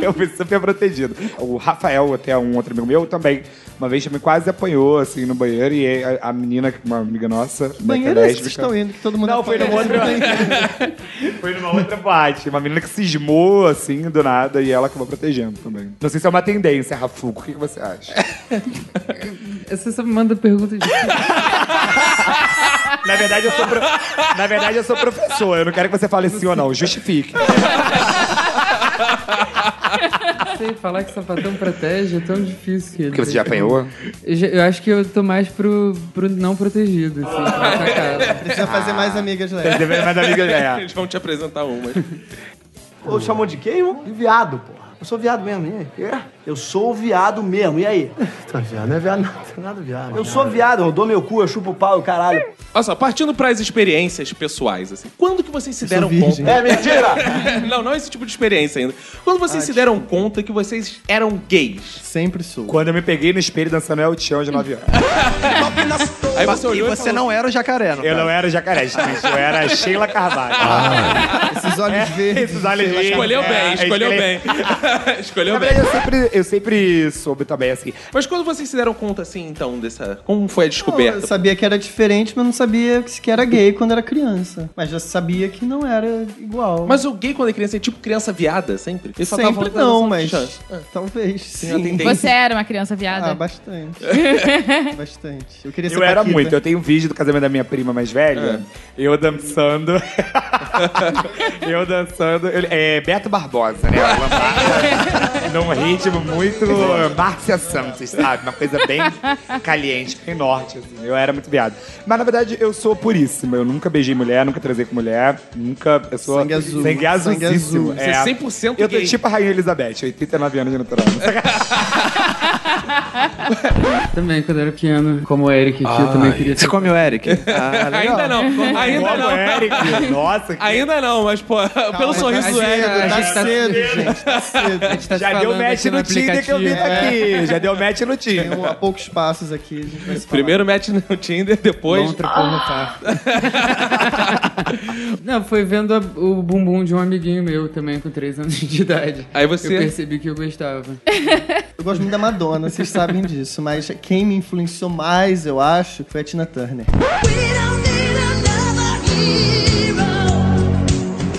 Speaker 5: eu fui super protegido. O Rafael, até um outro amigo meu, também. Uma vez também quase apanhou, assim, no banheiro. E a, a menina, uma amiga nossa... né, que é
Speaker 4: Banheiro é esse que vocês
Speaker 5: lésbica-
Speaker 4: estão indo, que todo mundo tá
Speaker 5: Não, foi
Speaker 4: no
Speaker 5: numa outra... foi numa outra boate. Uma menina que cismou, assim, do nada, e ela acabou protegendo também. Não sei se é uma tendência, Rafuco. O que, que você acha?
Speaker 6: Você só me manda pergunta de.
Speaker 5: Na verdade, eu sou pro- Na verdade, eu sou professor. Eu não quero que você fale sim ou não. Justifique.
Speaker 6: sei, falar que sapatão protege é tão difícil. Que
Speaker 5: Porque você já apanhou?
Speaker 6: Eu, já- eu acho que eu tô mais pro, pro não protegido, assim, pro atacado.
Speaker 4: Precisa fazer mais amigas lésbicas.
Speaker 5: Mas, amiga, é.
Speaker 1: Eles vão te apresentar uma.
Speaker 8: Ou chamou de quem? De viado, porra. Eu sou viado mesmo, e aí? Eu sou viado mesmo, e aí? Tu é viado, não é viado nada, nada viado. Eu sou viado, eu dou meu cu, eu chupo o pau, e o caralho.
Speaker 1: Olha só, partindo para as experiências pessoais, assim. Quando que vocês se deram
Speaker 8: virgem.
Speaker 1: conta?
Speaker 8: É mentira!
Speaker 1: não, não esse tipo de experiência ainda. Quando vocês se deram conta que vocês eram gays?
Speaker 4: Sempre sou.
Speaker 5: Quando eu me peguei no espelho dançando El Chão de 9 anos.
Speaker 1: Aí você
Speaker 2: E
Speaker 1: olhou e
Speaker 2: você
Speaker 1: falou,
Speaker 2: não era o jacaré, não
Speaker 5: Eu
Speaker 2: era?
Speaker 5: não era jacaré, gente. Eu era Sheila Carvalho. Ah. É,
Speaker 4: Esses olhos verdes.
Speaker 5: Esses olhos verdes.
Speaker 1: Escolheu bem,
Speaker 5: É,
Speaker 1: escolheu
Speaker 5: escolhi-
Speaker 1: bem. escolheu
Speaker 5: Na
Speaker 1: bem.
Speaker 5: verdade, eu sempre, eu sempre soube também, assim.
Speaker 1: Mas quando vocês se deram conta, assim, então, dessa. Como foi a
Speaker 4: Eu
Speaker 1: descoberta?
Speaker 4: sabia que era diferente, mas não sabia que sequer era gay quando era criança. Mas já sabia que não era igual.
Speaker 1: Mas o gay quando é criança é tipo criança viada, sempre? Ele só tava
Speaker 4: sempre
Speaker 1: falando que
Speaker 4: não,
Speaker 1: era
Speaker 4: mas Ah,
Speaker 1: só-
Speaker 4: talvez
Speaker 1: Tem uma
Speaker 4: sim.
Speaker 1: tendência.
Speaker 3: Você era uma criança
Speaker 4: Ah,
Speaker 3: viada?
Speaker 4: bastante. bastante. Eu queria ser
Speaker 5: Eu era
Speaker 4: Paquita.
Speaker 5: muito. Eu tenho um vídeo do casamento da minha prima mais velha. Eu dançando. eu dançando. eu- é Beto Barbosa, né? Ela dança Num ritmo muito Márcia Santos, sabe? Uma coisa bem caliente, bem norte, assim. Eu era muito viado. Mas, na verdade, eu sou puríssimo. Eu nunca beijei mulher, nunca trazei com mulher. Nunca... Eu sou...
Speaker 4: Sangue azul.
Speaker 5: Sangue
Speaker 4: Sangue
Speaker 5: azulíssimo.
Speaker 4: azul.
Speaker 1: Você é 100%
Speaker 5: Eu tô
Speaker 1: gay. É
Speaker 5: tipo a Rainha Elizabeth, 89 anos de natural.
Speaker 6: Também, quando eu era pequeno, como o Eric aqui,
Speaker 5: Ah.
Speaker 6: eu também queria
Speaker 2: Você
Speaker 6: ser.
Speaker 2: come o Eric? tá? Ah, legal.
Speaker 1: Ainda não, ainda
Speaker 5: Como
Speaker 1: não.
Speaker 5: Eric? Nossa, que...
Speaker 1: Ainda não, mas, pô, pelo sorriso é, né? do Eric.
Speaker 6: mas- A
Speaker 4: Tá
Speaker 6: gente tá-
Speaker 4: cedo, gente. Tá cedo.
Speaker 6: A gente tá se
Speaker 5: Já deu
Speaker 6: falando
Speaker 5: match
Speaker 6: aqui
Speaker 5: no Tinder que eu vi
Speaker 6: aplicativo.
Speaker 5: daqui. Já deu match no
Speaker 4: Tem
Speaker 5: Tinder.
Speaker 4: um- há poucos passos aqui. A gente vai se falar.
Speaker 1: Primeiro match no Tinder, depois.
Speaker 6: Contra porno par. Não, foi vendo a- o bumbum de um amiguinho meu também com 3 anos de idade.
Speaker 1: Aí você-
Speaker 6: Eu percebi que eu gostava.
Speaker 4: Eu gosto muito da Madonna, vocês sabem disso. Mas quem me influenciou mais, eu acho, foi a Tina Turner.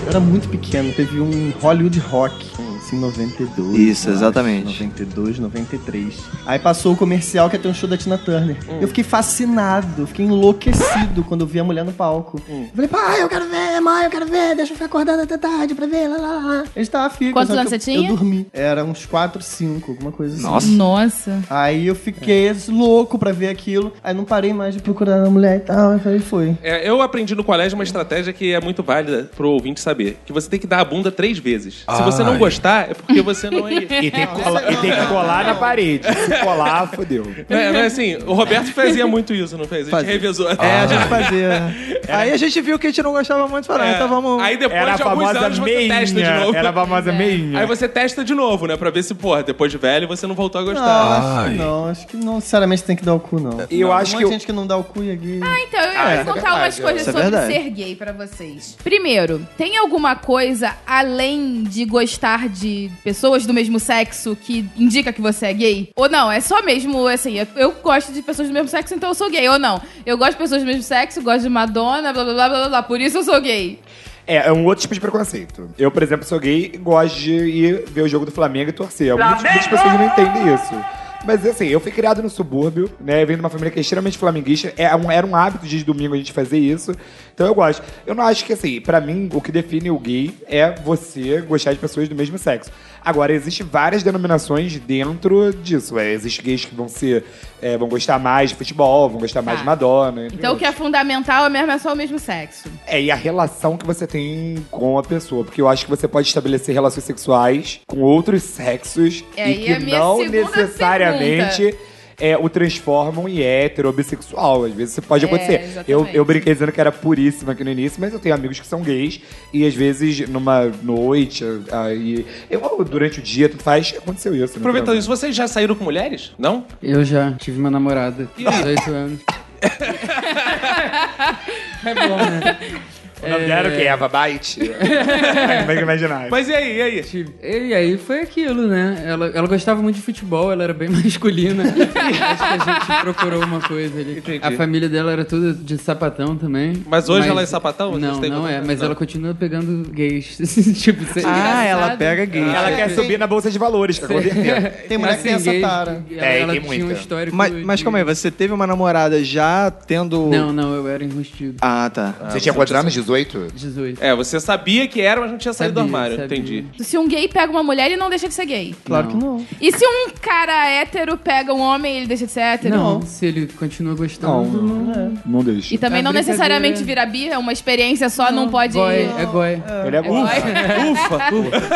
Speaker 4: Eu era muito pequeno, teve um Hollywood Rock. Em 92.
Speaker 2: Isso,
Speaker 4: eu acho,
Speaker 2: exatamente.
Speaker 4: 92, 93. Aí passou o comercial que ia ter um show da Tina Turner.
Speaker 3: Hum.
Speaker 4: Eu fiquei fascinado, fiquei enlouquecido quando eu vi a mulher no palco.
Speaker 3: Hum.
Speaker 4: Eu falei, pai, eu quero ver, mãe, eu quero ver, deixa eu ficar acordado até tarde pra ver, lá, lá, lá. A gente tava fica.
Speaker 3: Quantos
Speaker 4: só que
Speaker 3: anos
Speaker 4: eu-
Speaker 3: você tinha?
Speaker 4: Eu dormi. Era uns 4, 5, alguma coisa assim.
Speaker 2: Nossa.
Speaker 3: Nossa.
Speaker 4: Aí eu fiquei louco pra ver aquilo. Aí não parei mais de procurar a mulher e tal. Aí foi.
Speaker 1: É, eu aprendi no colégio uma estratégia que é muito válida pro ouvinte saber. Que você tem que dar a bunda três vezes. Se você não gostar, é porque você não é...
Speaker 5: E tem, que colar- e tem que colar na parede. Se colar, fodeu.
Speaker 1: Não é, não é assim, o Roberto fazia muito isso, não fez? A gente
Speaker 2: Fazia.
Speaker 1: revezou.
Speaker 2: É, a gente fazia. Aí a gente viu que a gente não gostava muito, falou,
Speaker 1: É.
Speaker 2: então vamos...
Speaker 1: Aí depois
Speaker 5: Era a
Speaker 1: de alguns
Speaker 5: famosa
Speaker 1: anos você
Speaker 5: meinha.
Speaker 1: testa de novo.
Speaker 5: Era a famosa meinha.
Speaker 1: Aí você testa de novo, né? Pra ver se, porra, depois de velho você não voltou a
Speaker 4: Não,
Speaker 1: gostar.
Speaker 4: acho que não. Acho que não necessariamente tem que dar o cu, não.
Speaker 5: Eu
Speaker 4: Não, Tem um monte
Speaker 5: acho que
Speaker 4: de
Speaker 5: eu-
Speaker 4: gente que não dá o cu e é gay.
Speaker 3: Ah, então, eu ia contar umas coisas
Speaker 2: Isso é
Speaker 3: sobre
Speaker 2: verdade.
Speaker 3: ser gay pra vocês. Primeiro, tem alguma coisa além de gostar de pessoas do mesmo sexo que indica que você é gay? Ou não, é só mesmo, assim, eu, eu gosto de pessoas do mesmo sexo, então eu sou gay. Ou não, eu gosto de pessoas do mesmo sexo, gosto de Madonna, blá blá blá blá blá, blá por isso eu sou gay.
Speaker 5: É, é um outro tipo de preconceito. Eu, por exemplo, sou gay e gosto de ir ver o jogo do Flamengo e torcer. Muitas, muitas pessoas não entendem isso. Mas assim, eu fui criado no subúrbio, né? Eu venho de uma família que é extremamente flamenguista. É um- era um hábito de domingo a gente fazer isso. Então eu gosto. Eu não acho que, assim, pra mim, o que define o gay é você gostar de pessoas do mesmo sexo. Agora, existem várias denominações dentro disso. É, existem gays que vão ser. é, vão gostar mais de futebol, vão gostar mais
Speaker 3: Tá.
Speaker 5: de Madonna. entre
Speaker 3: Então o que é fundamental é mesmo é só o mesmo sexo.
Speaker 5: é, e a relação que você tem com a pessoa. Porque eu acho que você pode estabelecer relações sexuais com outros sexos
Speaker 3: É,
Speaker 5: e
Speaker 3: e
Speaker 5: que
Speaker 3: a minha
Speaker 5: não
Speaker 3: segunda
Speaker 5: necessariamente é, o transformam em hétero ou bissexual. Às vezes isso pode
Speaker 3: É,
Speaker 5: acontecer. Eu,
Speaker 3: exatamente.
Speaker 5: eu brinquei dizendo que era puríssima aqui no início, mas eu tenho amigos que são gays e às vezes numa noite, aí, eu, durante o dia, tudo faz, aconteceu isso. né?
Speaker 1: Aproveitando isso, vocês já saíram com mulheres? Não?
Speaker 6: Eu já tive uma namorada com 18 anos. É bom, né?
Speaker 5: O nome dela era o quê? Eva Byte? Como é que imaginar?
Speaker 1: Mas e aí, e aí?
Speaker 6: Tive- E aí foi aquilo, né? Ela, ela gostava muito de futebol, ela era bem masculina. E acho que a gente procurou uma coisa ali.
Speaker 1: Entendi.
Speaker 6: A família dela era toda de sapatão também.
Speaker 1: Mas hoje ela é sapatão? Vocês
Speaker 6: Não,
Speaker 1: têm
Speaker 6: não é.
Speaker 1: contato?
Speaker 6: Mas
Speaker 1: Não.
Speaker 6: ela continua pegando gays. tipo, você...
Speaker 1: é
Speaker 2: Ah, ela
Speaker 3: Engraçado.
Speaker 2: pega gay.
Speaker 5: Ela quer subir na bolsa de valores, tá acontecendo.
Speaker 4: Tem
Speaker 6: um
Speaker 4: mulher que tem essa tara.
Speaker 6: Ela,
Speaker 5: Tem,
Speaker 6: ela
Speaker 5: tem
Speaker 6: tinha um
Speaker 5: muita.
Speaker 6: histórico...
Speaker 2: Mas, mas é
Speaker 6: de-
Speaker 2: calma aí, você teve uma namorada já tendo...
Speaker 6: Não, não, eu era enrustido.
Speaker 2: Ah, tá.
Speaker 5: Você tinha quantos anos? 18?
Speaker 11: 18?
Speaker 6: 18.
Speaker 1: É, você sabia que era, mas não tinha saído do
Speaker 6: Sabia,
Speaker 1: armário.
Speaker 6: sabia.
Speaker 1: Entendi.
Speaker 3: Se um gay pega uma mulher, ele não deixa de ser gay.
Speaker 6: Claro que não.
Speaker 3: E se um cara hétero pega um homem, ele deixa de ser hétero?
Speaker 6: Não, se ele continua gostando, não,
Speaker 5: não deixa.
Speaker 3: E também
Speaker 6: É
Speaker 3: não
Speaker 6: brincadeira.
Speaker 3: necessariamente vira bi, é uma experiência só, Tá não, pode.
Speaker 6: Boy, é boy.
Speaker 3: Então,
Speaker 5: Ele é bom.
Speaker 1: Ufa, ufa.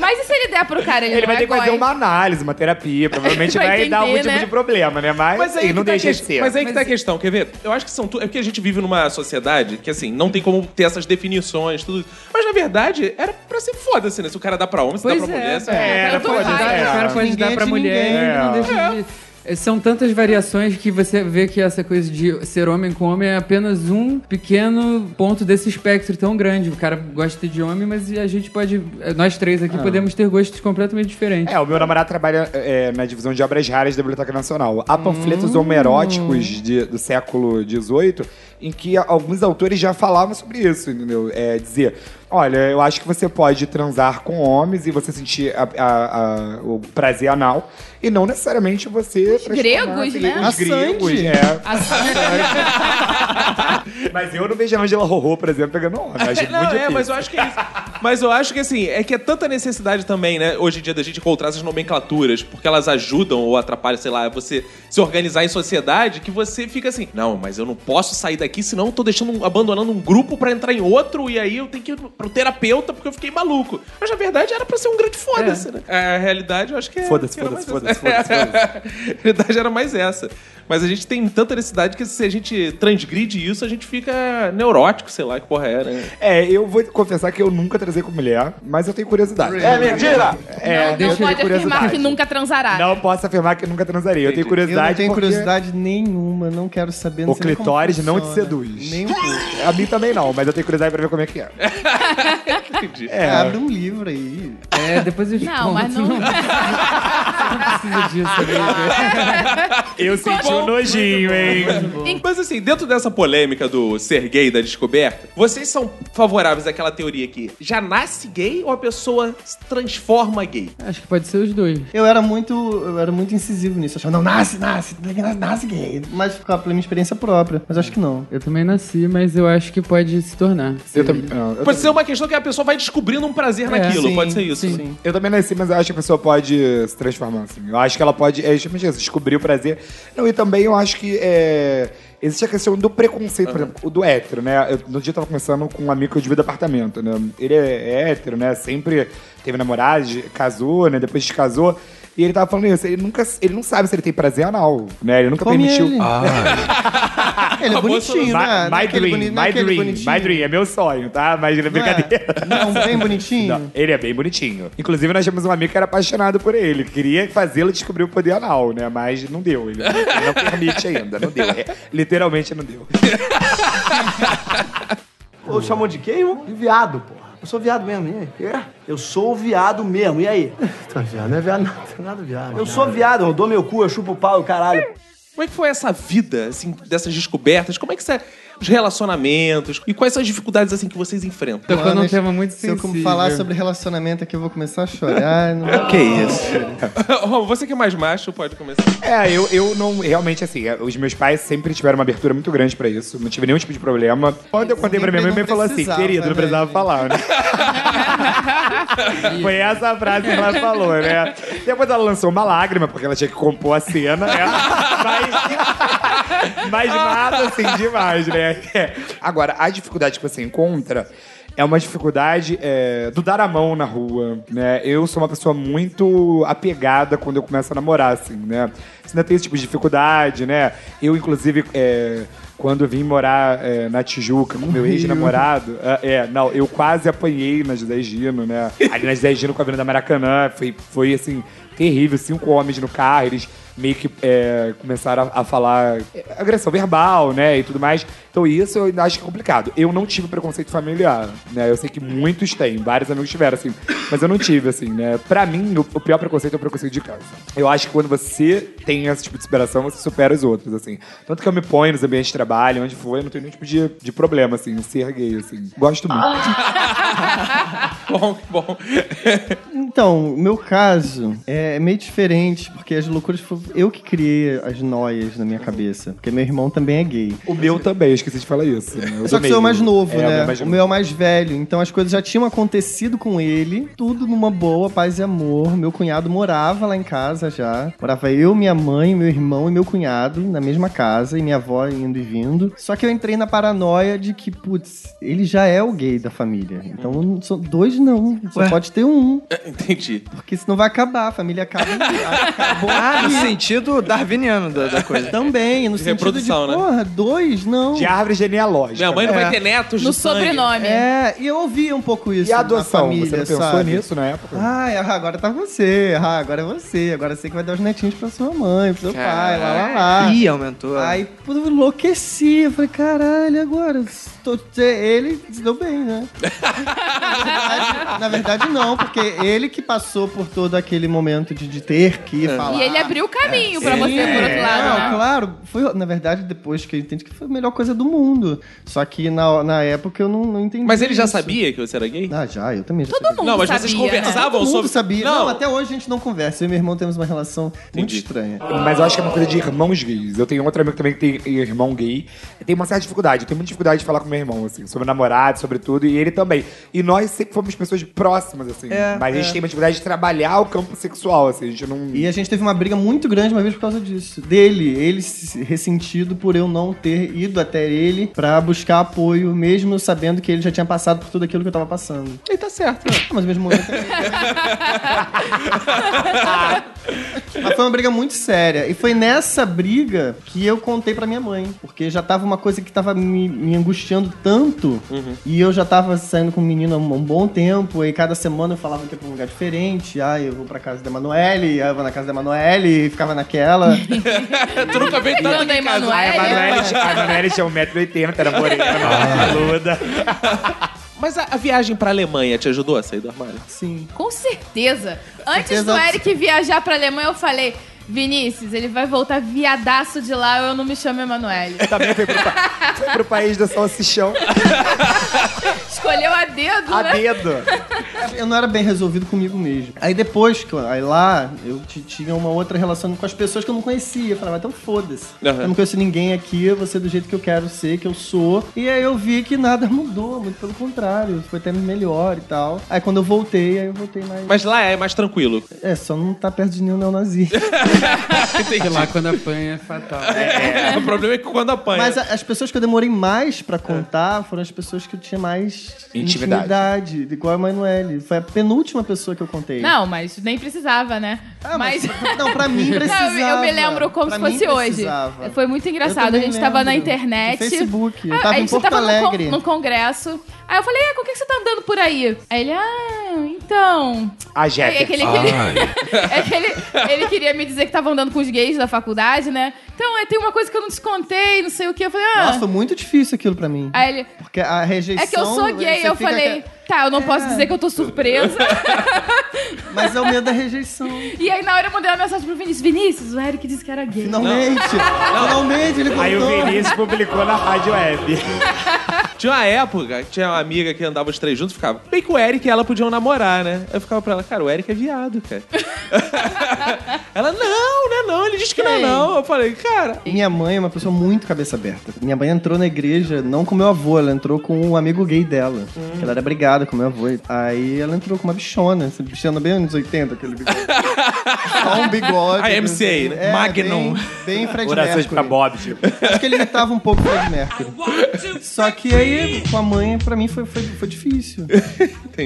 Speaker 3: Mas e se ele der pro cara? Ele,
Speaker 5: Ele
Speaker 3: não
Speaker 5: vai
Speaker 3: é
Speaker 5: ter que fazer
Speaker 3: boy?
Speaker 5: uma análise, uma terapia. Provavelmente
Speaker 3: Vai
Speaker 5: vai, dar algum
Speaker 3: entender,
Speaker 5: tipo
Speaker 3: né?
Speaker 5: de problema, né? Mas, assim,
Speaker 1: que
Speaker 5: não
Speaker 1: tá a
Speaker 5: deixa de
Speaker 1: ques-
Speaker 5: ser.
Speaker 1: Mas aí que tá a questão, quer ver? Eu acho que são tudo. É porque a gente vive numa sociedade que, assim, não tem como ter essas definições, tudo. Mas na verdade, era pra ser foda-se, né? Se o cara dá pra homem, se
Speaker 6: Pois
Speaker 1: dá pra
Speaker 6: é,
Speaker 1: mulher. se-
Speaker 5: É, era
Speaker 6: Pode
Speaker 5: foda-se,
Speaker 6: dar,
Speaker 5: é.
Speaker 6: o cara pode dar pra mulher,
Speaker 5: É.
Speaker 6: não deixa de... É, São tantas variações que você vê que essa coisa de ser homem com homem é apenas um pequeno ponto desse espectro tão grande. O cara gosta de homem, mas a gente pode. Nós três aqui podemos ter gostos completamente diferentes.
Speaker 5: É, o meu namorado trabalha é, na divisão de obras raras da Biblioteca Nacional. Há panfletos homeróticos de- do século XVIII em que alguns autores já falavam sobre isso, entendeu? É, dizer, olha, eu acho que você pode transar com homens e você sentir a- a- a- o prazer anal e não necessariamente você... transformar
Speaker 3: gregos,
Speaker 5: aquele-
Speaker 3: né?
Speaker 5: Os gregos, é. Mas eu não vejo a Angela Rorô, por exemplo, pegando homem. Eu acho
Speaker 1: não,
Speaker 5: muito
Speaker 1: é,
Speaker 5: difícil.
Speaker 1: mas eu acho que é isso. Mas eu acho que assim, é que é tanta necessidade também, né, hoje em dia, da gente encontrar essas nomenclaturas, porque elas ajudam ou atrapalham, sei lá, você se organizar em sociedade, que você fica assim, não, mas eu não posso sair daqui, senão eu tô deixando, um- abandonando um grupo pra entrar em outro, e aí eu tenho que ir pro terapeuta porque eu fiquei maluco. Mas na verdade era pra ser um grande foda-se, né? A realidade eu acho que é.
Speaker 5: É. Foda-se,
Speaker 1: que era
Speaker 5: foda-se,
Speaker 1: mais
Speaker 5: foda-se,
Speaker 1: essa.
Speaker 5: foda-se, foda-se.
Speaker 1: A realidade era mais essa. Mas a gente tem tanta necessidade que se a gente transgride isso, a gente fica neurótico, sei lá que porra é, né?
Speaker 5: É, eu vou confessar que eu nunca trazei com mulher, mas eu tenho curiosidade.
Speaker 8: É mentira!
Speaker 5: É,
Speaker 3: Não, não
Speaker 5: deixa de
Speaker 3: pode afirmar
Speaker 5: curiosidade.
Speaker 3: que nunca tá. transará.
Speaker 5: Não posso afirmar que nunca transaria. Eu tenho
Speaker 4: Eu
Speaker 5: curiosidade.
Speaker 4: não tenho
Speaker 5: porque
Speaker 4: curiosidade nenhuma, não quero saber. não
Speaker 5: O
Speaker 4: sei nem como
Speaker 5: clitóris não te
Speaker 4: funciona.
Speaker 5: seduz.
Speaker 4: Nem um pouco.
Speaker 5: A mim também não, mas eu tenho curiosidade pra ver como é que é.
Speaker 4: É,
Speaker 5: É,
Speaker 4: abre um livro aí.
Speaker 6: É, depois eu te
Speaker 3: Não,
Speaker 6: conto.
Speaker 3: mas não.
Speaker 6: precisa disso, amigo.
Speaker 5: eu senti um nojinho, hein?
Speaker 1: Mas assim, dentro dessa polêmica do ser gay da descoberta, vocês são favoráveis àquela teoria que já nasce gay ou a pessoa se transforma gay?
Speaker 6: Acho que pode ser os dois.
Speaker 4: Eu era muito, eu era muito incisivo nisso. Eu achava, não, nasce, nasce, nasce, nasce gay. Mas ficava pela minha experiência própria. Mas acho que não.
Speaker 6: Eu também nasci, mas eu acho que pode se tornar.
Speaker 5: Eu, tam- ah, eu
Speaker 1: Pode ser uma questão que a pessoa vai descobrindo um prazer naquilo,
Speaker 4: sim,
Speaker 1: pode ser isso.
Speaker 4: sim.
Speaker 1: né?
Speaker 5: Eu também nasci, mas eu acho que a pessoa pode se transformar, assim. Eu acho que ela pode, é justamente isso, descobrir o prazer. Não, e também eu acho que é, existe a questão do preconceito, por exemplo, o do hétero, né? Eu, no dia eu tava conversando com um amigo que eu divido apartamento, né? Ele é hétero, né? Sempre teve namorada, de- casou, né? Depois descasou. E ele tava falando isso, ele nunca, ele não sabe se ele tem prazer anal, né? Ele nunca
Speaker 4: Come
Speaker 5: permitiu.
Speaker 4: ele. Ele é bonitinho, né?
Speaker 5: My, my
Speaker 4: Naquele
Speaker 5: dream,
Speaker 4: boni-
Speaker 5: my
Speaker 4: naquele
Speaker 5: dream,
Speaker 4: bonitinho.
Speaker 5: my dream, é meu sonho, tá? Mas ele é
Speaker 4: Não é?
Speaker 5: brincadeira.
Speaker 4: Não, bem bonitinho.
Speaker 5: Não, ele é bem bonitinho. Inclusive, nós temos um amigo que era apaixonado por ele. Queria fazê-lo descobrir o poder anal, né? Mas não deu. Ele não permite ainda. Não deu. É, literalmente não deu.
Speaker 8: Ô, chamou de quem, irmão? De viado, porra. Eu sou viado mesmo, e aí? É? Eu sou viado mesmo, e aí? Tá viado, não é viado nada, nada viado. Eu sou viado, eu dou meu cu, eu chupo o pau, caralho.
Speaker 1: Como é que foi essa vida, assim, dessas descobertas? Como é que você... Os relacionamentos? E quais são as dificuldades, assim, que vocês enfrentam?
Speaker 6: Tocou num
Speaker 4: Planos.
Speaker 6: tema muito
Speaker 4: Se eu
Speaker 6: sensível.
Speaker 4: como falar sobre relacionamento aqui, eu vou começar a chorar. Não...
Speaker 2: Que isso?
Speaker 1: Ó, você que é mais macho, pode começar.
Speaker 5: É, eu, eu não. Realmente, assim, é, os meus pais sempre tiveram uma abertura muito grande pra isso. Não tive nenhum tipo de problema. Quando eu contei pra minha mãe, minha mãe falou assim:
Speaker 4: precisava,
Speaker 5: querido, não
Speaker 4: né,
Speaker 5: precisava
Speaker 4: gente?
Speaker 5: falar, né? Foi essa a frase que ela falou, né? Depois ela lançou uma lágrima, porque ela tinha que compor a cena, né? Mas, mas nada assim demais, né? É. Agora, a dificuldade que você encontra. É uma dificuldade é, do dar a mão na rua, né? Eu sou uma pessoa muito apegada quando eu começo a namorar, assim, né? Você ainda tem esse tipo de dificuldade, né? Eu, inclusive, é, quando eu vim morar é, na Tijuca com meu ex-namorado, é, é, não, eu quase apanhei na José Gino, né? Ali na José Gino com a Avenida Maracanã, foi, foi assim, terrível. Cinco homens no carro, eles meio que é, começaram a, a falar é, agressão verbal, né? E tudo mais. Então isso eu ainda acho que é complicado. Eu não tive preconceito familiar, né? Eu sei que muitos têm, vários amigos tiveram, assim. Mas eu não tive, assim, né? Pra mim, o, o pior preconceito é o preconceito de casa. Eu acho que quando você tem esse tipo de superação, você supera os outros, assim. Tanto que eu me ponho nos ambientes de trabalho,
Speaker 1: Ah.
Speaker 5: onde for, eu não tenho nenhum tipo de, de problema, assim, em ser gay, assim. Gosto muito.
Speaker 1: bom, que bom.
Speaker 4: Então, o meu caso é meio diferente, porque as loucuras foi eu que criei as noias na minha cabeça. Porque meu irmão também é gay.
Speaker 5: O meu também, eu esqueci de falar isso. né? Eu
Speaker 4: Só
Speaker 5: do
Speaker 4: que o seu é o
Speaker 5: meio.
Speaker 4: mais novo,
Speaker 5: É, o
Speaker 4: né?
Speaker 5: meu mais
Speaker 4: o meu é o mais velho. Então as coisas já tinham acontecido com ele. Tudo numa boa, paz e amor. Meu cunhado morava lá em casa já. Morava eu, minha mãe, meu irmão e meu cunhado na mesma casa. E minha avó indo e vindo. Só que eu entrei na paranoia de que, putz, ele já é o gay da família. Então não são dois não. Só
Speaker 2: Ué?
Speaker 4: pode ter um.
Speaker 1: Entendi.
Speaker 4: Porque senão vai acabar. A família acaba. Acabou.
Speaker 2: Ah, no sentido darwiniano da, da coisa.
Speaker 4: Também, no sentido de,
Speaker 1: Reprodução, né?
Speaker 4: porra, dois, não.
Speaker 5: De árvore genealógica. né?
Speaker 1: Minha mãe não vai ter netos
Speaker 3: No
Speaker 1: de sangue.
Speaker 3: sobrenome.
Speaker 4: É, e eu ouvia um pouco isso
Speaker 5: E a
Speaker 4: na
Speaker 5: adoção?
Speaker 4: família,
Speaker 5: Você não pensou
Speaker 4: sabe?
Speaker 5: nisso na época?
Speaker 4: Ah, agora tá você. Ah, agora é você. Agora eu sei que vai dar os netinhos pra sua mãe, pro seu pai, lá, lá, lá.
Speaker 2: Ih, aumentou.
Speaker 4: Aí pô, eu enlouqueci. Eu falei, caralho, agora. Tô, ele se deu bem, né? na, verdade, na verdade, não, porque ele que passou por todo aquele momento de, de ter que falar.
Speaker 3: E ele abriu o caminho pra você, por outro lado.
Speaker 4: É, Não,
Speaker 3: né?
Speaker 4: claro. Foi, na verdade, depois que eu entendi que foi a melhor coisa do mundo. Só que na, na época eu não, não entendi.
Speaker 1: Mas ele já
Speaker 4: isso.
Speaker 1: sabia que você era gay?
Speaker 4: Ah, já, eu também já
Speaker 3: Todo
Speaker 4: sabia.
Speaker 3: mundo
Speaker 1: Não, mas
Speaker 3: sabia.
Speaker 1: vocês
Speaker 3: né?
Speaker 1: conversavam
Speaker 4: Todo mundo
Speaker 1: sobre-
Speaker 4: sabia.
Speaker 1: Não.
Speaker 4: Não. até hoje a gente não conversa. Eu e meu irmão temos uma relação muito
Speaker 1: Entendi.
Speaker 4: estranha.
Speaker 5: Mas eu acho que é uma coisa de irmãos gays. Eu tenho um outro amigo também que tem irmão gay. Tem uma certa dificuldade. Eu tenho muita dificuldade de falar com meu irmão, assim, sobre namorado, sobre tudo, e ele também. E nós sempre fomos pessoas próximas, assim. mas a gente tem uma dificuldade de trabalhar o campo sexual, assim. A gente não.
Speaker 4: E a gente teve uma briga muito grande uma vez por causa disso. Dele, ele se- ressentido por eu não ter ido até ele pra buscar apoio, mesmo sabendo que ele já tinha passado por tudo aquilo que eu tava passando.
Speaker 1: Ele tá certo.
Speaker 4: Ah, Mas ao mesmo momento. Mas foi uma briga muito séria. E foi nessa briga que eu contei pra minha mãe. Porque já tava uma coisa que tava me, me angustiando tanto. E eu já tava saindo com o menino há um, um bom tempo. E cada semana eu falava que ia pra um lugar diferente. Ah, eu vou pra casa da Emanuele. Aí eu vou na casa da Emanuele. E ficava naquela.
Speaker 1: tu nunca veio tanto
Speaker 3: Anda,
Speaker 1: aqui em casa.
Speaker 5: A
Speaker 3: Emanuele.
Speaker 5: Emanuele, é, a Emanuele tinha 1,80m, era morena, peluda.
Speaker 1: Mas a, a viagem pra Alemanha te ajudou a sair do armário?
Speaker 4: Sim.
Speaker 3: Com certeza. Antes
Speaker 4: certeza
Speaker 3: do
Speaker 4: abs-
Speaker 3: Eric viajar pra Alemanha, eu falei... Vinícius, ele vai voltar viadaço de lá, eu não me chamo Emanuele.
Speaker 5: Também foi pro, pa- foi pro país do salsichão
Speaker 3: Escolheu a dedo,
Speaker 5: a
Speaker 3: né?
Speaker 5: dedo.
Speaker 4: Eu não era bem resolvido comigo mesmo. Aí depois, que eu- aí lá, eu t- tinha uma outra relação com as pessoas que eu não conhecia. Eu falava, então foda-se.
Speaker 1: Aham.
Speaker 4: Eu não conheço ninguém aqui, eu vou ser do jeito que eu quero ser, que eu sou. E aí eu vi que nada mudou, muito pelo contrário. Foi até melhor e tal. Aí quando eu voltei, aí eu voltei mais...
Speaker 1: Mas lá é mais tranquilo.
Speaker 4: É, só não tá perto de nenhum neonazi.
Speaker 6: Sei lá, quando apanha é fatal.
Speaker 1: o problema é que quando apanha.
Speaker 4: Mas a- as pessoas que eu demorei mais pra contar foram as pessoas que eu tinha mais
Speaker 5: Intimidade.
Speaker 4: intimidade, igual a Emanuele. Foi a penúltima pessoa que eu contei.
Speaker 3: Não, mas nem precisava, né?
Speaker 4: Ah,
Speaker 3: mas...
Speaker 4: Não, pra mim precisava.
Speaker 3: Não, eu- eu me lembro como
Speaker 4: Pra
Speaker 3: se
Speaker 4: mim
Speaker 3: fosse hoje.
Speaker 4: precisava.
Speaker 3: Foi muito engraçado. A
Speaker 4: também
Speaker 3: gente tava na
Speaker 4: lembro.
Speaker 3: internet. Ah,
Speaker 4: No Facebook. Eu tava
Speaker 3: a
Speaker 4: em
Speaker 3: gente
Speaker 4: Porto
Speaker 3: tava num con-
Speaker 4: Alegre.
Speaker 3: num congresso. Aí eu falei, ah, com o que que você tá andando por aí? Aí ele, ah, então.
Speaker 5: A
Speaker 3: Aí
Speaker 5: Jeff.
Speaker 3: aquele, é que ele, ele queria me dizer que tava andando com os gays da faculdade, né? Então, é, tem uma coisa que eu não descontei, não sei o que. Eu falei, ah.
Speaker 4: Nossa, foi muito difícil aquilo pra mim.
Speaker 3: Aí ele,
Speaker 4: Porque a rejeição.
Speaker 3: é que eu sou gay.
Speaker 4: você
Speaker 3: Eu
Speaker 4: fica
Speaker 3: falei,
Speaker 4: que- É.
Speaker 3: tá, eu não posso dizer que eu tô surpresa.
Speaker 4: Mas é o medo da rejeição.
Speaker 3: e aí, na hora, eu mandei uma mensagem pro Vinícius: Vinícius, o Eric disse que era gay.
Speaker 4: Finalmente! Finalmente ele contou.
Speaker 5: Aí o Vinícius publicou na Rádio Web.
Speaker 1: Tinha uma época, que tinha uma amiga que andava os três juntos, ficava. Bem que o Eric e ela podiam namorar, né? Eu ficava pra ela, cara, o Eric é viado, cara. ela, não, não é não, ele disse que não é
Speaker 3: Ei.
Speaker 1: não. Eu falei, cara.
Speaker 4: Minha mãe é uma pessoa muito cabeça aberta. Minha mãe entrou na igreja, não com meu avô, ela entrou com um amigo gay dela.
Speaker 1: Hum.
Speaker 4: que Ela era brigada com meu avô. Aí ela entrou com uma bichona, essa bichona bem anos 80, aquele bigode. Só um bigode.
Speaker 1: A MCA, né?
Speaker 4: É,
Speaker 1: Magnum.
Speaker 4: Bem, bem Fred
Speaker 5: Orações
Speaker 4: Mercury.
Speaker 5: pra Bob, tipo.
Speaker 4: Acho que ele imitava um pouco o Fred Mercury. Só que aí, com a mãe, pra mim foi, foi, foi difícil.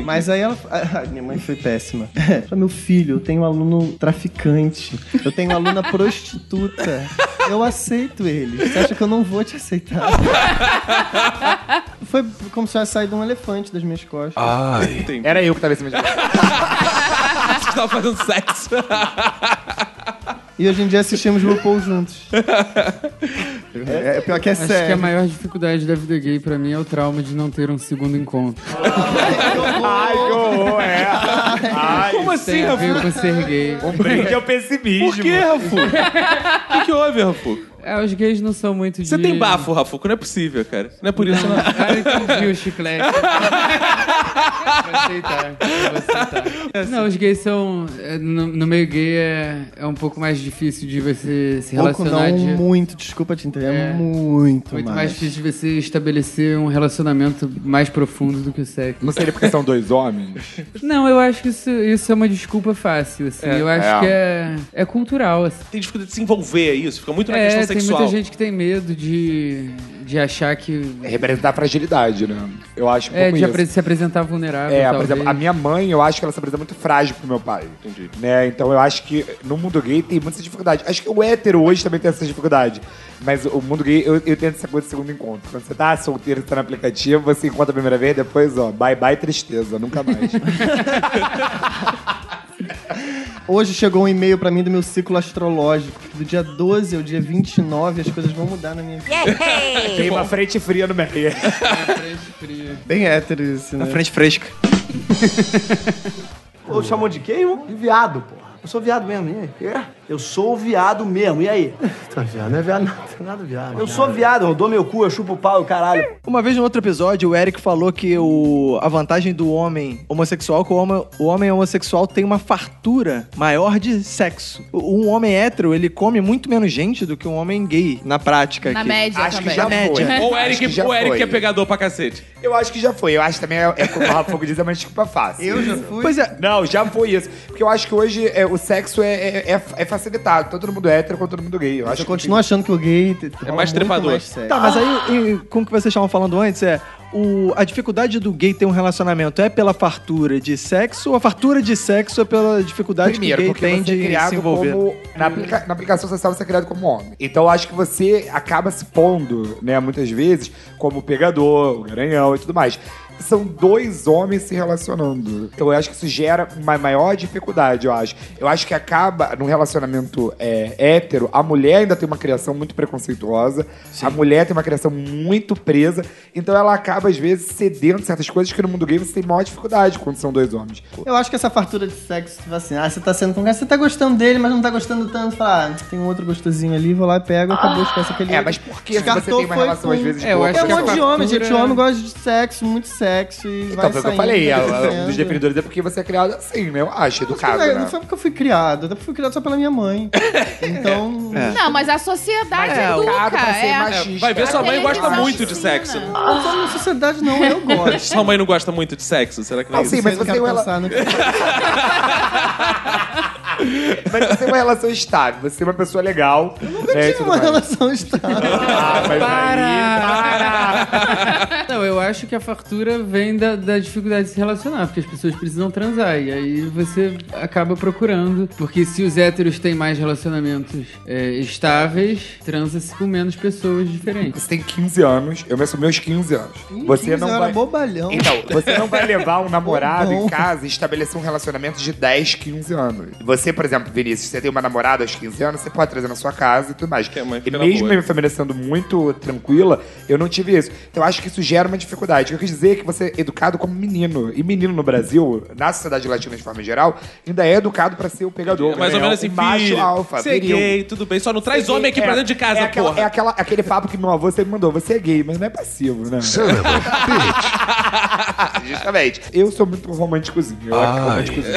Speaker 4: Mas aí ela. a- a minha mãe foi péssima. Falei, meu filho, eu tenho um aluno traficante, eu tenho uma aluna prostituta. Eu aceito ele. Você acha que eu não vou te aceitar? Foi como se eu saísse um elefante das minhas costas.
Speaker 5: Era eu que tava em cima de você.
Speaker 1: Acho que tava fazendo sexo.
Speaker 4: E hoje em dia assistimos RuPaul juntos. É, é pior que é
Speaker 6: Acho que a
Speaker 4: sério.
Speaker 6: maior dificuldade da vida gay pra mim é o trauma de não ter um segundo encontro.
Speaker 5: Ai, que horror, é. Ai,
Speaker 1: Como assim,
Speaker 6: Tem a ver
Speaker 1: Rafu?
Speaker 6: com ser gay.
Speaker 5: um brinde ao pessimismo.
Speaker 1: Por que, Rafu? O que, que houve, Rafu?
Speaker 6: É, os gays não são muito
Speaker 1: Você
Speaker 6: de... Ah,
Speaker 1: tem bafo, Rafuco, não é possível, cara. Não é por isso, não.
Speaker 6: Cara, entendi o chiclete. Não, os gays são. é, No, no meio gay é, é um pouco mais difícil de você se
Speaker 4: Pouco
Speaker 6: relacionar.
Speaker 4: não,
Speaker 6: de-
Speaker 4: muito, desculpa te entender,
Speaker 6: É.
Speaker 4: é muito,
Speaker 6: Muito mais.
Speaker 4: mais.
Speaker 6: difícil de você estabelecer um relacionamento mais profundo do que o sexo.
Speaker 5: Não seria porque são dois homens?
Speaker 6: Não, eu acho que isso, isso é uma desculpa fácil, assim.
Speaker 1: É.
Speaker 6: eu acho
Speaker 5: É.
Speaker 6: que é, é cultural, assim.
Speaker 1: Tem dificuldade de se envolver, é isso? Fica muito na
Speaker 6: é,
Speaker 1: questão
Speaker 6: tem
Speaker 1: sexual.
Speaker 6: muita gente que tem medo de, de achar que...
Speaker 5: É representar fragilidade, né? Eu acho um
Speaker 6: É,
Speaker 5: pouco
Speaker 6: de
Speaker 5: isso.
Speaker 6: apre- se apresentar vulnerável,
Speaker 5: É, por
Speaker 6: talvez.
Speaker 5: exemplo, a minha mãe, eu acho que ela se apresenta muito frágil pro meu pai.
Speaker 1: Entendi.
Speaker 5: Né? Então eu acho que no mundo gay tem muita dificuldade. Acho que o hétero hoje também tem essa dificuldade. Mas o mundo gay, eu, eu tenho essa coisa do segundo encontro. Quando você tá solteiro, tá no aplicativo, você encontra a primeira vez, depois, ó, bye bye tristeza, nunca mais.
Speaker 4: Hoje chegou um e-mail pra mim do meu ciclo astrológico, que do dia 12 ao dia 29 as coisas vão mudar na minha vida.
Speaker 5: tem uma frente fria no meio.
Speaker 4: Bem hétero isso, né?
Speaker 2: Na frente fresca.
Speaker 8: Ô, chamou de quem? irmão? De viado, porra. Eu sou viado mesmo, e aí? Eu sou viado mesmo, e aí? Tá viado, não é viado nada, nada viado. Eu sou viado, eu dou meu cu, eu chupo o pau, caralho.
Speaker 2: Uma vez no outro episódio, o Eric falou que o, a vantagem do homem homossexual é que o homem, o homem homossexual tem uma fartura maior de sexo. O- Um homem hétero, ele come muito menos gente do que um homem gay, na prática.
Speaker 3: Na
Speaker 2: aqui.
Speaker 3: média
Speaker 5: Acho É que
Speaker 3: também.
Speaker 5: já foi.
Speaker 1: Ou o
Speaker 5: Acho
Speaker 1: Eric,
Speaker 5: que já
Speaker 1: o Eric
Speaker 5: foi.
Speaker 1: é pegador pra cacete.
Speaker 5: Eu acho que já foi. Eu acho que também é, é como o Rafa Fogo diz, é uma desculpa fácil.
Speaker 4: Eu já fui.
Speaker 2: Pois é,
Speaker 5: Não, já foi isso. Porque eu acho que hoje é, o sexo é, é- é- é facilitado, tanto no mundo hétero quanto no mundo gay. Eu
Speaker 4: Mas
Speaker 5: acho É
Speaker 4: eu continuo achando que o gay t- rola
Speaker 1: mais
Speaker 4: muito
Speaker 1: trepador.
Speaker 4: mais sexo.
Speaker 2: tá, mas aí, e- como que vocês estavam falando antes, é... O, a dificuldade do gay ter um relacionamento é pela fartura de sexo ou a fartura de sexo é pela dificuldade
Speaker 5: Primeiro,
Speaker 2: que o
Speaker 5: porque
Speaker 2: gay tem
Speaker 5: você é
Speaker 2: de se
Speaker 5: criado
Speaker 2: envolver?
Speaker 5: como. Na, aplica- na aplicação social você é criado como homem. Então eu acho que você acaba se pondo, né, muitas vezes, como pegador, o garanhão e tudo mais. São dois homens se relacionando. Então eu acho que isso gera uma maior dificuldade, eu acho. Eu acho que acaba, num relacionamento é, hétero, a mulher ainda tem uma criação muito preconceituosa, a mulher tem uma criação muito presa, então ela acaba, às vezes, cedendo certas coisas que no mundo gay você tem maior dificuldade quando são dois homens.
Speaker 4: Eu acho que essa fartura de sexo, tipo assim, ah, você tá sendo com cara, você tá gostando dele, mas não tá gostando tanto. Fala, ah, tem um outro gostosinho ali, vou lá e pego, acabou, esquece aquele.
Speaker 5: É,
Speaker 4: outro.
Speaker 5: mas por que se
Speaker 4: Descartou,
Speaker 5: você tem uma
Speaker 4: foi
Speaker 5: relação, às
Speaker 4: com-
Speaker 5: vezes,
Speaker 6: É, eu
Speaker 5: boa
Speaker 6: acho
Speaker 4: É
Speaker 5: com
Speaker 4: um
Speaker 6: que a
Speaker 5: outra
Speaker 4: monte de homem,
Speaker 6: fartura-
Speaker 4: gente. O homem gosta de sexo, muito sexo e
Speaker 5: Então,
Speaker 4: vai
Speaker 5: foi o que eu
Speaker 4: saindo,
Speaker 5: falei,
Speaker 4: vai
Speaker 5: a- a-
Speaker 4: crescendo.
Speaker 5: um dos definidores é porque você é criado assim, né? Eu acho, educado,
Speaker 4: Mas,
Speaker 5: né?
Speaker 4: Não foi porque eu fui criado, até porque eu fui criado só pela minha mãe. Então.
Speaker 3: Não, mas a sociedade
Speaker 5: É, o cara
Speaker 3: educa.
Speaker 5: pra ser
Speaker 3: É, a-
Speaker 5: machista.
Speaker 1: Vai ver, sua
Speaker 3: a
Speaker 1: mãe gosta
Speaker 3: televisão
Speaker 1: muito de
Speaker 3: ensina.
Speaker 1: sexo.
Speaker 4: Não tô na sociedade, não, eu gosto.
Speaker 1: Sua mãe não gosta muito de sexo? Será que não é
Speaker 5: Ah,
Speaker 1: isso?
Speaker 5: sim, mas
Speaker 4: Eu
Speaker 5: você,
Speaker 4: quero
Speaker 5: tem uma,
Speaker 1: né?
Speaker 4: pensar no que-
Speaker 5: mas você tem uma relação estável, você é uma pessoa legal. Eu nunca né, e
Speaker 4: Tive
Speaker 5: tudo
Speaker 4: uma
Speaker 5: mais.
Speaker 4: relação estável.
Speaker 1: É
Speaker 5: Ah, mas tá aí-
Speaker 6: Não, eu acho que a fartura vem da, da dificuldade de se relacionar, porque as pessoas precisam transar, e aí você acaba procurando. Porque se os héteros têm mais relacionamentos é, estáveis, transa-se com menos pessoas diferentes.
Speaker 5: Você tem 15 anos, eu me assumi aos 15 anos. você não
Speaker 4: eu
Speaker 1: é
Speaker 5: vai...
Speaker 4: era bobalhão.
Speaker 5: Então, você não vai levar um namorado
Speaker 4: Bom.
Speaker 5: em casa e estabelecer um relacionamento de 10, 15 anos. Você, por exemplo, Vinícius, você tem uma namorada aos 15 anos, você pode trazer na sua casa e tudo mais.
Speaker 1: é muito
Speaker 5: e
Speaker 1: pela
Speaker 5: mesmo
Speaker 1: boa.
Speaker 5: a minha família sendo muito tranquila, eu não tive isso. Então, eu acho que isso gera uma dificuldade. O que eu quis dizer é que você é educado como menino. E menino no Brasil, na sociedade latina de forma geral, ainda é educado pra ser o pegador.
Speaker 1: É mais ou
Speaker 5: né?
Speaker 1: menos assim,
Speaker 5: o macho
Speaker 1: filho,
Speaker 5: alfa,
Speaker 1: você é
Speaker 5: viril.
Speaker 1: gay, tudo bem. Só não traz
Speaker 5: É,
Speaker 1: homem aqui pra dentro de casa,
Speaker 5: é aquela-
Speaker 1: porra.
Speaker 5: É aquela- aquele papo que meu avô sempre mandou. Você é gay, mas não é passivo, né? Justamente. Eu sou muito românticozinho. Eu, ac- românticozinho.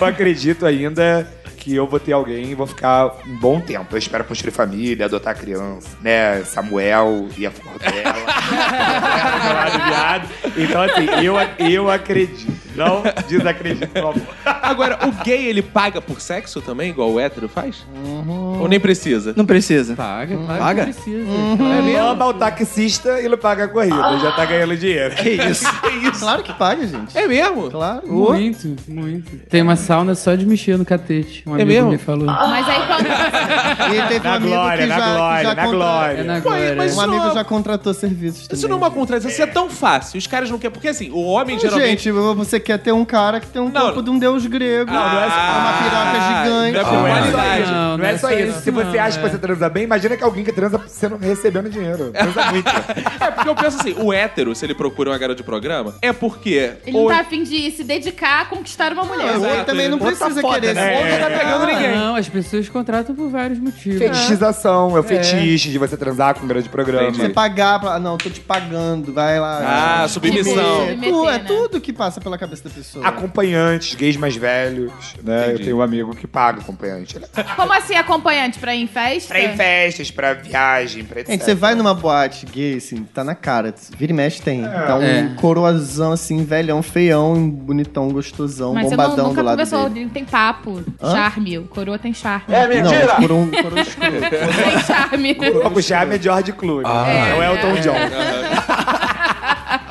Speaker 5: eu acredito ainda que eu vou ter alguém e vou ficar um bom tempo. Eu espero construir família, adotar criança, né? Samuel e a porra dela. Meu lado viado. então, assim, eu, ac- eu acredito. Não desacredito, por favor.
Speaker 1: Agora, o gay, ele paga por sexo também, igual o hétero faz?
Speaker 5: Uhum.
Speaker 1: Ou nem precisa?
Speaker 2: Não precisa.
Speaker 6: Paga, claro
Speaker 2: Paga?
Speaker 6: que precisa.
Speaker 5: Ama o taxista e ele paga a corrida. Já tá ganhando dinheiro.
Speaker 2: Que isso?
Speaker 4: Claro que paga, gente.
Speaker 1: É mesmo?
Speaker 4: Claro.
Speaker 6: Muito, muito. Tem uma sauna só de mexer no catete.
Speaker 4: É
Speaker 6: Um amigo
Speaker 1: mesmo?
Speaker 6: me falou.
Speaker 4: Ah.
Speaker 3: Mas aí quando...
Speaker 4: E teve um
Speaker 5: Na
Speaker 4: amigo
Speaker 5: glória,
Speaker 4: que já,
Speaker 5: na
Speaker 4: que
Speaker 5: glória,
Speaker 4: já contra-
Speaker 5: na
Speaker 6: É
Speaker 5: glória.
Speaker 6: na
Speaker 1: Pô,
Speaker 6: glória.
Speaker 1: mas
Speaker 4: Um amigo
Speaker 1: Isso- é
Speaker 4: já contratou serviços também.
Speaker 1: Isso não é uma contradição, isso é tão fácil. Os caras não querem. Porque assim, o homem geralmente.
Speaker 4: Gente, você quer ter um cara que tem um
Speaker 1: Não. é
Speaker 4: corpo de um deus grego, uma piroca gigante.
Speaker 1: assim. Não é por
Speaker 5: Não,
Speaker 1: qualidade.
Speaker 5: é só isso. Não, é só isso. Se você
Speaker 6: não,
Speaker 5: acha que
Speaker 6: é.
Speaker 5: você transa bem, imagina que alguém que transa sendo, recebendo dinheiro. Transa muito.
Speaker 1: É porque eu penso assim, o hétero, se ele procura uma garota de programa, é porque.
Speaker 3: Ele não tá afim de tá se dedicar a conquistar uma mulher.
Speaker 4: Não, é. o outro também não
Speaker 2: Outro tá
Speaker 4: precisa
Speaker 2: foda,
Speaker 4: querer.
Speaker 2: né?
Speaker 4: Outro tá
Speaker 1: pegando
Speaker 5: É.
Speaker 1: ninguém.
Speaker 6: Não, as pessoas contratam por vários motivos.
Speaker 5: Fetichização, é o fetiche de você transar com um grande programa.
Speaker 4: Você pagar pra... Ah, Não, tô te pagando, vai lá.
Speaker 1: Ah, submissão. né?
Speaker 4: É, tu- é tudo que passa pela cabeça da pessoa.
Speaker 5: Acompanhantes, gays mais velhos, né? Eu tenho um amigo que paga acompanhante. Ele
Speaker 3: Como assim, acompanhante pra ir em festa?
Speaker 5: Pra ir em festas, pra viagem, pra etc.
Speaker 4: Gente, É você vai numa boate gay, assim, tá na cara. Vira e mexe, tem. Tá um
Speaker 6: É.
Speaker 4: coroazão, assim, velhão, feião, bonitão, gostosão,
Speaker 3: Mas você não,
Speaker 4: bombadão
Speaker 3: nunca
Speaker 4: do lado
Speaker 3: conversou,
Speaker 4: dele.
Speaker 3: Rodrigo. Tem papo,
Speaker 4: Hã?
Speaker 3: charme. O coroa tem charme.
Speaker 8: É mentira!
Speaker 4: Não, por um, por um escroto.
Speaker 3: Tem charme.
Speaker 5: O puxar é George Clooney. Não é o Tom John.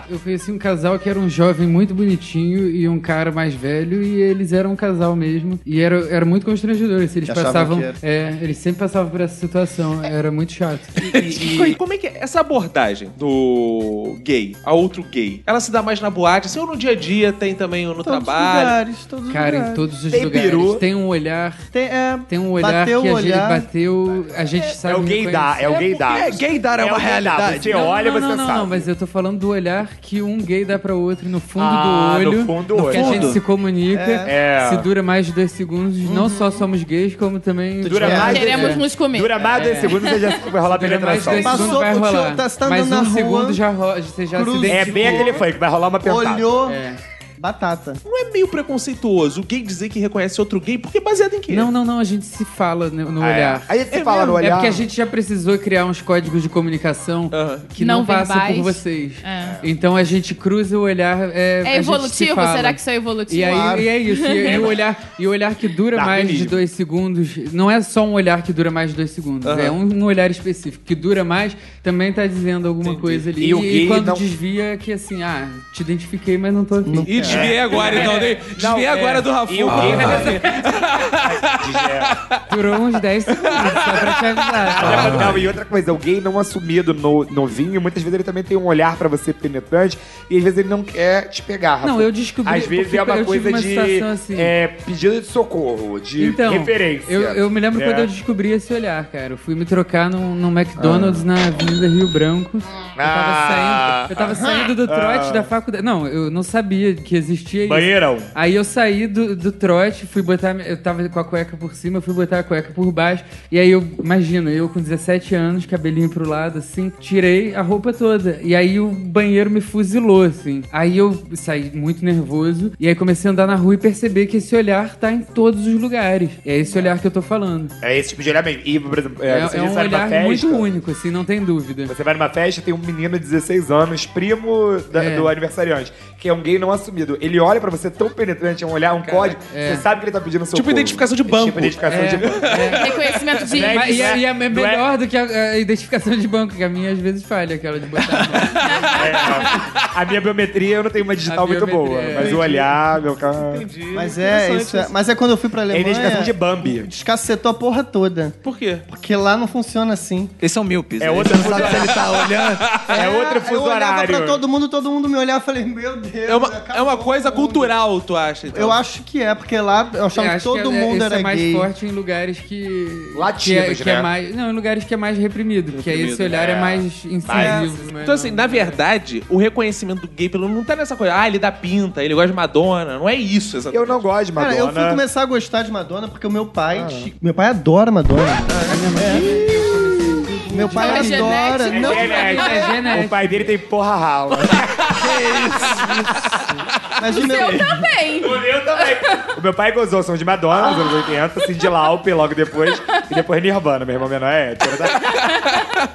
Speaker 6: Eu conheci um casal que era um jovem muito bonitinho e um cara mais velho, e eles eram um casal mesmo. E era, era muito constrangedor. assim, eles
Speaker 4: Achavam
Speaker 6: passavam.
Speaker 4: que era.
Speaker 6: É, eles sempre passavam por essa situação. Era muito chato.
Speaker 4: Uhum.
Speaker 1: E, e como é que é essa abordagem do gay a outro gay? Ela se dá mais na boate, assim, ou no dia a dia, tem também ou no
Speaker 2: Todos os
Speaker 4: é.
Speaker 1: trabalho.
Speaker 2: lugares, todos os
Speaker 6: Cara, em
Speaker 2: lugares.
Speaker 6: todos os
Speaker 4: Tem
Speaker 6: lugares.
Speaker 4: peru.
Speaker 6: Tem um olhar.
Speaker 4: Tem, é,
Speaker 6: Tem um olhar
Speaker 4: Bateu
Speaker 6: que
Speaker 4: o
Speaker 6: a gente
Speaker 4: olhar.
Speaker 6: bateu. A gente sabe.
Speaker 5: É o gaydar, é o gaydar.
Speaker 2: É, gaydar é uma
Speaker 5: o gaydar.
Speaker 2: realidade.
Speaker 5: Você olha e
Speaker 6: não,
Speaker 5: você
Speaker 6: não, não,
Speaker 5: sabe.
Speaker 6: não, mas eu tô falando do olhar que um gay dá pra outro no fundo
Speaker 5: Ah,
Speaker 6: do olho.
Speaker 5: no fundo do
Speaker 6: Que a
Speaker 5: olho.
Speaker 6: gente se comunica.
Speaker 5: É.
Speaker 6: Se dura mais de dois segundos,
Speaker 4: Uhum.
Speaker 6: não só somos gays, como também.
Speaker 5: Dura
Speaker 6: É.
Speaker 5: mais um
Speaker 3: Queremos nos comer.
Speaker 5: Dura mais dois segundos você já vai rolar
Speaker 6: Pera, mais
Speaker 5: penetração.
Speaker 6: dois
Speaker 4: Passou
Speaker 6: segundos vai
Speaker 4: por ti,
Speaker 6: rolar.
Speaker 4: tá- você tá
Speaker 6: mais
Speaker 4: andando
Speaker 6: um
Speaker 4: na rua,
Speaker 6: segundo já rola, você já se
Speaker 4: cruzou.
Speaker 5: É
Speaker 6: identificou.
Speaker 5: bem aquele funk, vai rolar uma pentada.
Speaker 4: Olhou,
Speaker 6: É.
Speaker 4: batata.
Speaker 1: Não é meio preconceituoso o gay dizer que reconhece outro gay, porque é baseado em quê?
Speaker 6: Não, não, não, a gente se fala no, no
Speaker 5: Ah, é.
Speaker 6: olhar.
Speaker 5: Aí você fala no
Speaker 6: É
Speaker 5: olhar.
Speaker 6: porque a gente já precisou criar uns códigos de comunicação
Speaker 1: Aham.
Speaker 6: que não,
Speaker 3: Não
Speaker 6: passam
Speaker 3: verbais.
Speaker 6: por vocês.
Speaker 3: É.
Speaker 6: Então a gente cruza o olhar. É,
Speaker 3: É
Speaker 6: a gente se
Speaker 3: evolutivo?
Speaker 6: fala.
Speaker 3: Será que isso é evolutivo?
Speaker 6: E aí e é isso. E, e o olhar, e o olhar que dura mais de
Speaker 5: Darwinismo.
Speaker 6: dois segundos. Não é só um olhar que dura mais de dois segundos. É um, um olhar específico. Que dura mais também tá dizendo alguma coisa ali.
Speaker 5: E o gay
Speaker 6: quando
Speaker 5: não-
Speaker 6: desvia, é que assim, ah, te identifiquei, mas não tô afim.
Speaker 1: E desviei agora, então. né? Desviei agora do Rafa.
Speaker 5: é. E o gay né? é assim. na verdade-
Speaker 6: Durou uns 10 segundos, só pra te avisar. tá?
Speaker 5: Ah, Não, e outra coisa, o gay não assumido no, novinho, muitas vezes ele também tem um olhar pra você penetrante e às vezes ele não quer te pegar. Rafa.
Speaker 6: Não, eu descobri-
Speaker 5: Às vezes
Speaker 6: porque
Speaker 5: é uma
Speaker 6: eu tive
Speaker 5: coisa
Speaker 6: uma
Speaker 5: de
Speaker 6: situação assim.
Speaker 5: é, pedido de socorro, de
Speaker 6: Então,
Speaker 5: referência.
Speaker 6: Eu, eu me lembro
Speaker 5: né?
Speaker 6: quando eu descobri esse olhar, cara. Eu fui me trocar num, num McDonald's na Avenida Rio Branco. Eu tava
Speaker 5: Ah.
Speaker 6: saindo, eu tava saindo do trote da faculdade. Não, eu não sabia que existia isso.
Speaker 5: Banheirão.
Speaker 6: Aí eu saí do, do trote, fui botar. Eu tava com a cueca por cima, eu fui botar a cueca por baixo. E aí eu, imagina, eu com 17 anos, cabelinho pro lado, assim, tirei a roupa toda. E aí o banheiro me fuzilou, assim. Aí eu saí muito nervoso. E aí comecei a andar na rua e perceber que esse olhar tá em todos os lugares. É esse olhar que eu tô falando.
Speaker 5: É esse tipo de olhar mesmo. E, por exemplo, é,
Speaker 6: É,
Speaker 5: você
Speaker 6: é um
Speaker 5: vai numa
Speaker 6: olhar
Speaker 5: festa,
Speaker 6: muito único, assim, não tem dúvida.
Speaker 5: Você vai numa festa, tem um menino de 16 anos, primo da-
Speaker 6: É.
Speaker 5: do aniversariante, que é um gay não assumido. Ele olha pra você tão penetrante, é um olhar, um código,
Speaker 6: é.
Speaker 5: você sabe que ele tá pedindo socorro.
Speaker 1: Tipo identificação de banco.
Speaker 5: Tipo identificação
Speaker 6: É.
Speaker 5: de banco.
Speaker 3: Reconhecimento de...
Speaker 5: Né?
Speaker 6: Mas- e, é, e é
Speaker 5: Não é-
Speaker 6: melhor do que a, a identificação de banco, que a minha às vezes falha, aquela de botar a mão.
Speaker 5: É, A minha biometria, eu não tenho uma digital
Speaker 6: A
Speaker 5: muito
Speaker 6: biometria,
Speaker 5: boa,
Speaker 6: é.
Speaker 5: mas o olhar, meu cara...
Speaker 4: Mas é, isso é- mas é quando eu fui pra
Speaker 5: É
Speaker 4: Alemanha,
Speaker 5: identificação de Bambi.
Speaker 4: descacetou a porra toda.
Speaker 1: Por quê?
Speaker 4: Porque lá não funciona assim.
Speaker 2: Eles são míopes.
Speaker 5: É
Speaker 2: eles
Speaker 5: outra
Speaker 2: não sabem se ele tá olhando.
Speaker 5: É outro fuso
Speaker 4: eu olhava
Speaker 5: horário.
Speaker 4: pra todo mundo, todo mundo me olhava e falei, meu Deus.
Speaker 1: É uma, é
Speaker 4: acabou
Speaker 1: uma coisa
Speaker 4: o mundo.
Speaker 1: cultural, tu acha? então?
Speaker 4: Eu acho que é, porque lá eu achava
Speaker 6: Eu
Speaker 4: que
Speaker 6: acho
Speaker 4: todo
Speaker 6: é-
Speaker 4: mundo
Speaker 6: isso
Speaker 4: era
Speaker 6: é mais
Speaker 4: gay.
Speaker 6: forte em lugares que.
Speaker 5: Latinos,
Speaker 6: que é, que é
Speaker 5: né?
Speaker 6: mais, não, em lugares que é mais reprimido, porque aí esse olhar é, mais incisivo. né? mas
Speaker 1: Então, assim,
Speaker 6: não-
Speaker 1: na verdade, o reconhecimento do gay pelo não tá nessa coisa, ah, ele dá pinta, ele gosta de Madonna. Não é isso. Essa...
Speaker 5: Eu não gosto de Madonna. Ah.
Speaker 4: Cara, eu fui começar a gostar de Madonna porque o meu pai. Meu pai adora Madonna. É. Meu pai
Speaker 3: É
Speaker 4: adora.
Speaker 3: genético.
Speaker 4: Não,
Speaker 5: Genético.
Speaker 6: É genético.
Speaker 5: O pai dele tem porra rala.
Speaker 4: mas o meu.
Speaker 3: Eu também.
Speaker 5: O meu também. O meu pai gozou som de Madonna nos anos 80, Cindy Lauper logo depois, e depois Nirvana, meu irmão menor é hétero, tá?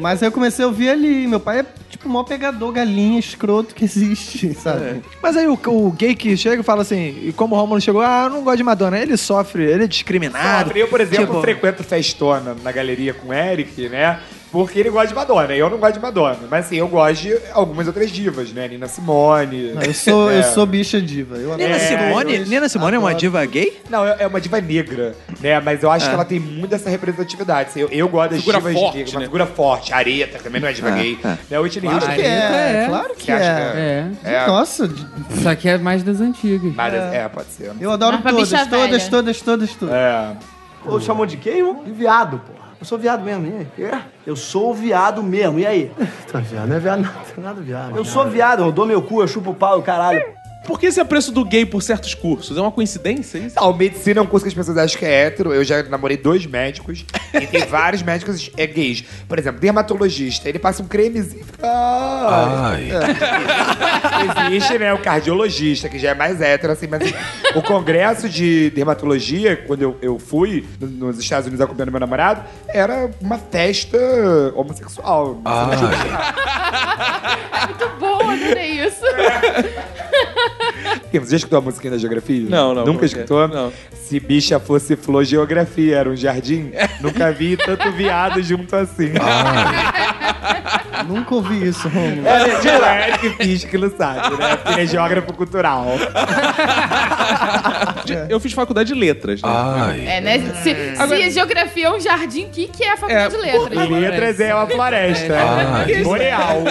Speaker 4: Mas aí eu comecei a ouvir ali. Meu pai é tipo o maior pegador, galinha, escroto que existe,
Speaker 5: É.
Speaker 4: sabe?
Speaker 2: Mas aí o, o gay que chega e fala assim, e como o Romulo chegou, ah, eu não gosto de Madonna. Ele sofre, ele é discriminado.
Speaker 5: Eu, por exemplo,
Speaker 2: Tipo,
Speaker 5: frequento festona na galeria com o Eric, né? Porque ele gosta de Madonna, e eu não gosto de Madonna. Mas assim, eu gosto de algumas outras divas, né? Nina Simone.
Speaker 4: Não, eu, sou, eu
Speaker 5: É.
Speaker 4: sou bicha diva. Eu
Speaker 2: Nina
Speaker 4: adoro.
Speaker 2: Simone, Nina Simone é uma diva gay?
Speaker 5: Não, é é uma diva negra, né? Mas
Speaker 4: É.
Speaker 5: eu acho que ela tem muito essa representatividade. assim, Eu, eu gosto das
Speaker 1: Figura
Speaker 5: divas
Speaker 1: forte,
Speaker 5: negras, uma
Speaker 1: né?
Speaker 5: figura forte. Areta também não é diva gay. Né? O Whitney
Speaker 4: Claro
Speaker 5: Houston
Speaker 4: que é,
Speaker 6: É.
Speaker 4: claro que
Speaker 5: Você acha que
Speaker 4: é.
Speaker 6: É.
Speaker 5: É.
Speaker 4: Nossa,
Speaker 6: Só que é mais das antigas.
Speaker 5: Mas, é. pode ser.
Speaker 4: eu adoro
Speaker 3: Mas pra
Speaker 4: todas,
Speaker 3: bicha
Speaker 4: todas, todas,
Speaker 3: velha.
Speaker 4: todas, todas,
Speaker 5: É.
Speaker 8: Ô, chamou de quem, irmão? De viado, porra. Eu sou viado mesmo, e aí? É? Eu sou viado mesmo, e aí? Tu é viado, não é viado nada, nada viado. Eu sou viado, eu dou meu cu, eu chupo o pau, caralho.
Speaker 1: por que esse apreço do gay por certos cursos? É uma coincidência isso?
Speaker 5: Não, medicina é um curso que as pessoas acham que é hétero. Eu já namorei dois médicos e tem vários médicos é, gays. Por exemplo, dermatologista, ele passa um cremezinho e fica. Ai. Existe, né, o cardiologista, que já é mais hétero, assim, mas o congresso de dermatologia, quando eu, eu fui no- nos Estados Unidos acompanhando meu namorado, era uma festa homossexual.
Speaker 3: Muito Tá bom, adorei isso.
Speaker 5: Você já escutou a musiquinha da geografia?
Speaker 1: Não, não,
Speaker 5: Nunca
Speaker 1: como é que é?
Speaker 5: escutou?
Speaker 1: Não.
Speaker 5: Se bicha fosse flor, geografia era um jardim. Nunca vi tanto viado junto assim.
Speaker 4: Nunca ouvi isso, Romulo.
Speaker 5: É mentira, é Eric Fisch que não sabe, né? Porque ele é geógrafo cultural.
Speaker 4: É.
Speaker 1: Eu fiz faculdade de letras, né?
Speaker 3: É, né? Se, se
Speaker 1: Agora-
Speaker 3: geografia é um jardim, o que, que é a faculdade de letras?
Speaker 5: Letras é uma floresta. Boreal.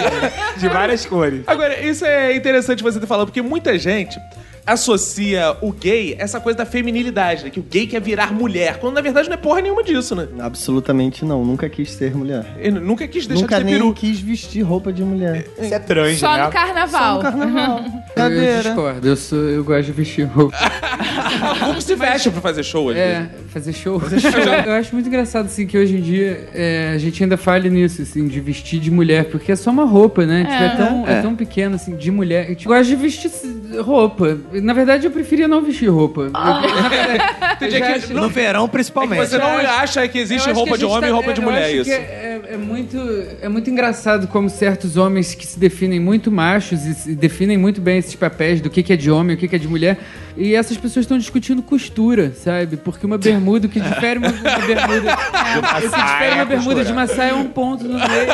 Speaker 5: De várias cores.
Speaker 1: Agora, isso é interessante você ter falado, porque muita gente associa o gay a essa coisa da feminilidade, né? Que o gay quer virar mulher, quando na verdade não é porra nenhuma disso, né?
Speaker 4: Absolutamente não, nunca quis ser mulher.
Speaker 1: Ele nunca quis deixar
Speaker 4: nunca
Speaker 1: de ser
Speaker 4: nem
Speaker 1: peru.
Speaker 4: quis vestir roupa de mulher.
Speaker 5: Isso é trans,
Speaker 3: Só
Speaker 5: né?
Speaker 3: no carnaval.
Speaker 6: Eu
Speaker 4: Cadeira.
Speaker 6: discordo, eu, sou, eu gosto de vestir roupa.
Speaker 1: Como se fecha pra fazer show às
Speaker 6: É,
Speaker 1: vezes.
Speaker 6: fazer show. Eu, eu acho muito engraçado, assim, que hoje em dia é, a gente ainda fale nisso, assim, de vestir de mulher, porque é só uma roupa, né? Tipo, é, tão, é. tão pequeno, assim, de mulher. Eu tipo, gosto de vestir roupa. Na verdade, eu preferia não vestir roupa.
Speaker 4: Ah,
Speaker 1: Tem dia
Speaker 6: já
Speaker 1: que-
Speaker 6: acho-
Speaker 1: não-
Speaker 2: No verão, principalmente.
Speaker 1: Você não acha que
Speaker 6: Eu
Speaker 1: existe
Speaker 6: acho que
Speaker 1: roupa
Speaker 6: a
Speaker 1: de
Speaker 6: gente
Speaker 1: homem e
Speaker 6: tá-
Speaker 1: roupa de
Speaker 6: eu
Speaker 1: mulher,
Speaker 6: acho que
Speaker 1: isso.
Speaker 6: é, é- é muito, é muito engraçado como certos homens que se definem muito machos e se definem muito bem esses papéis do que, que é de homem e o que, que é de mulher. E essas pessoas estão discutindo costura, sabe? Porque uma bermuda, o que difere uma, uma bermuda. o que difere uma bermuda de uma saia é um ponto no meio.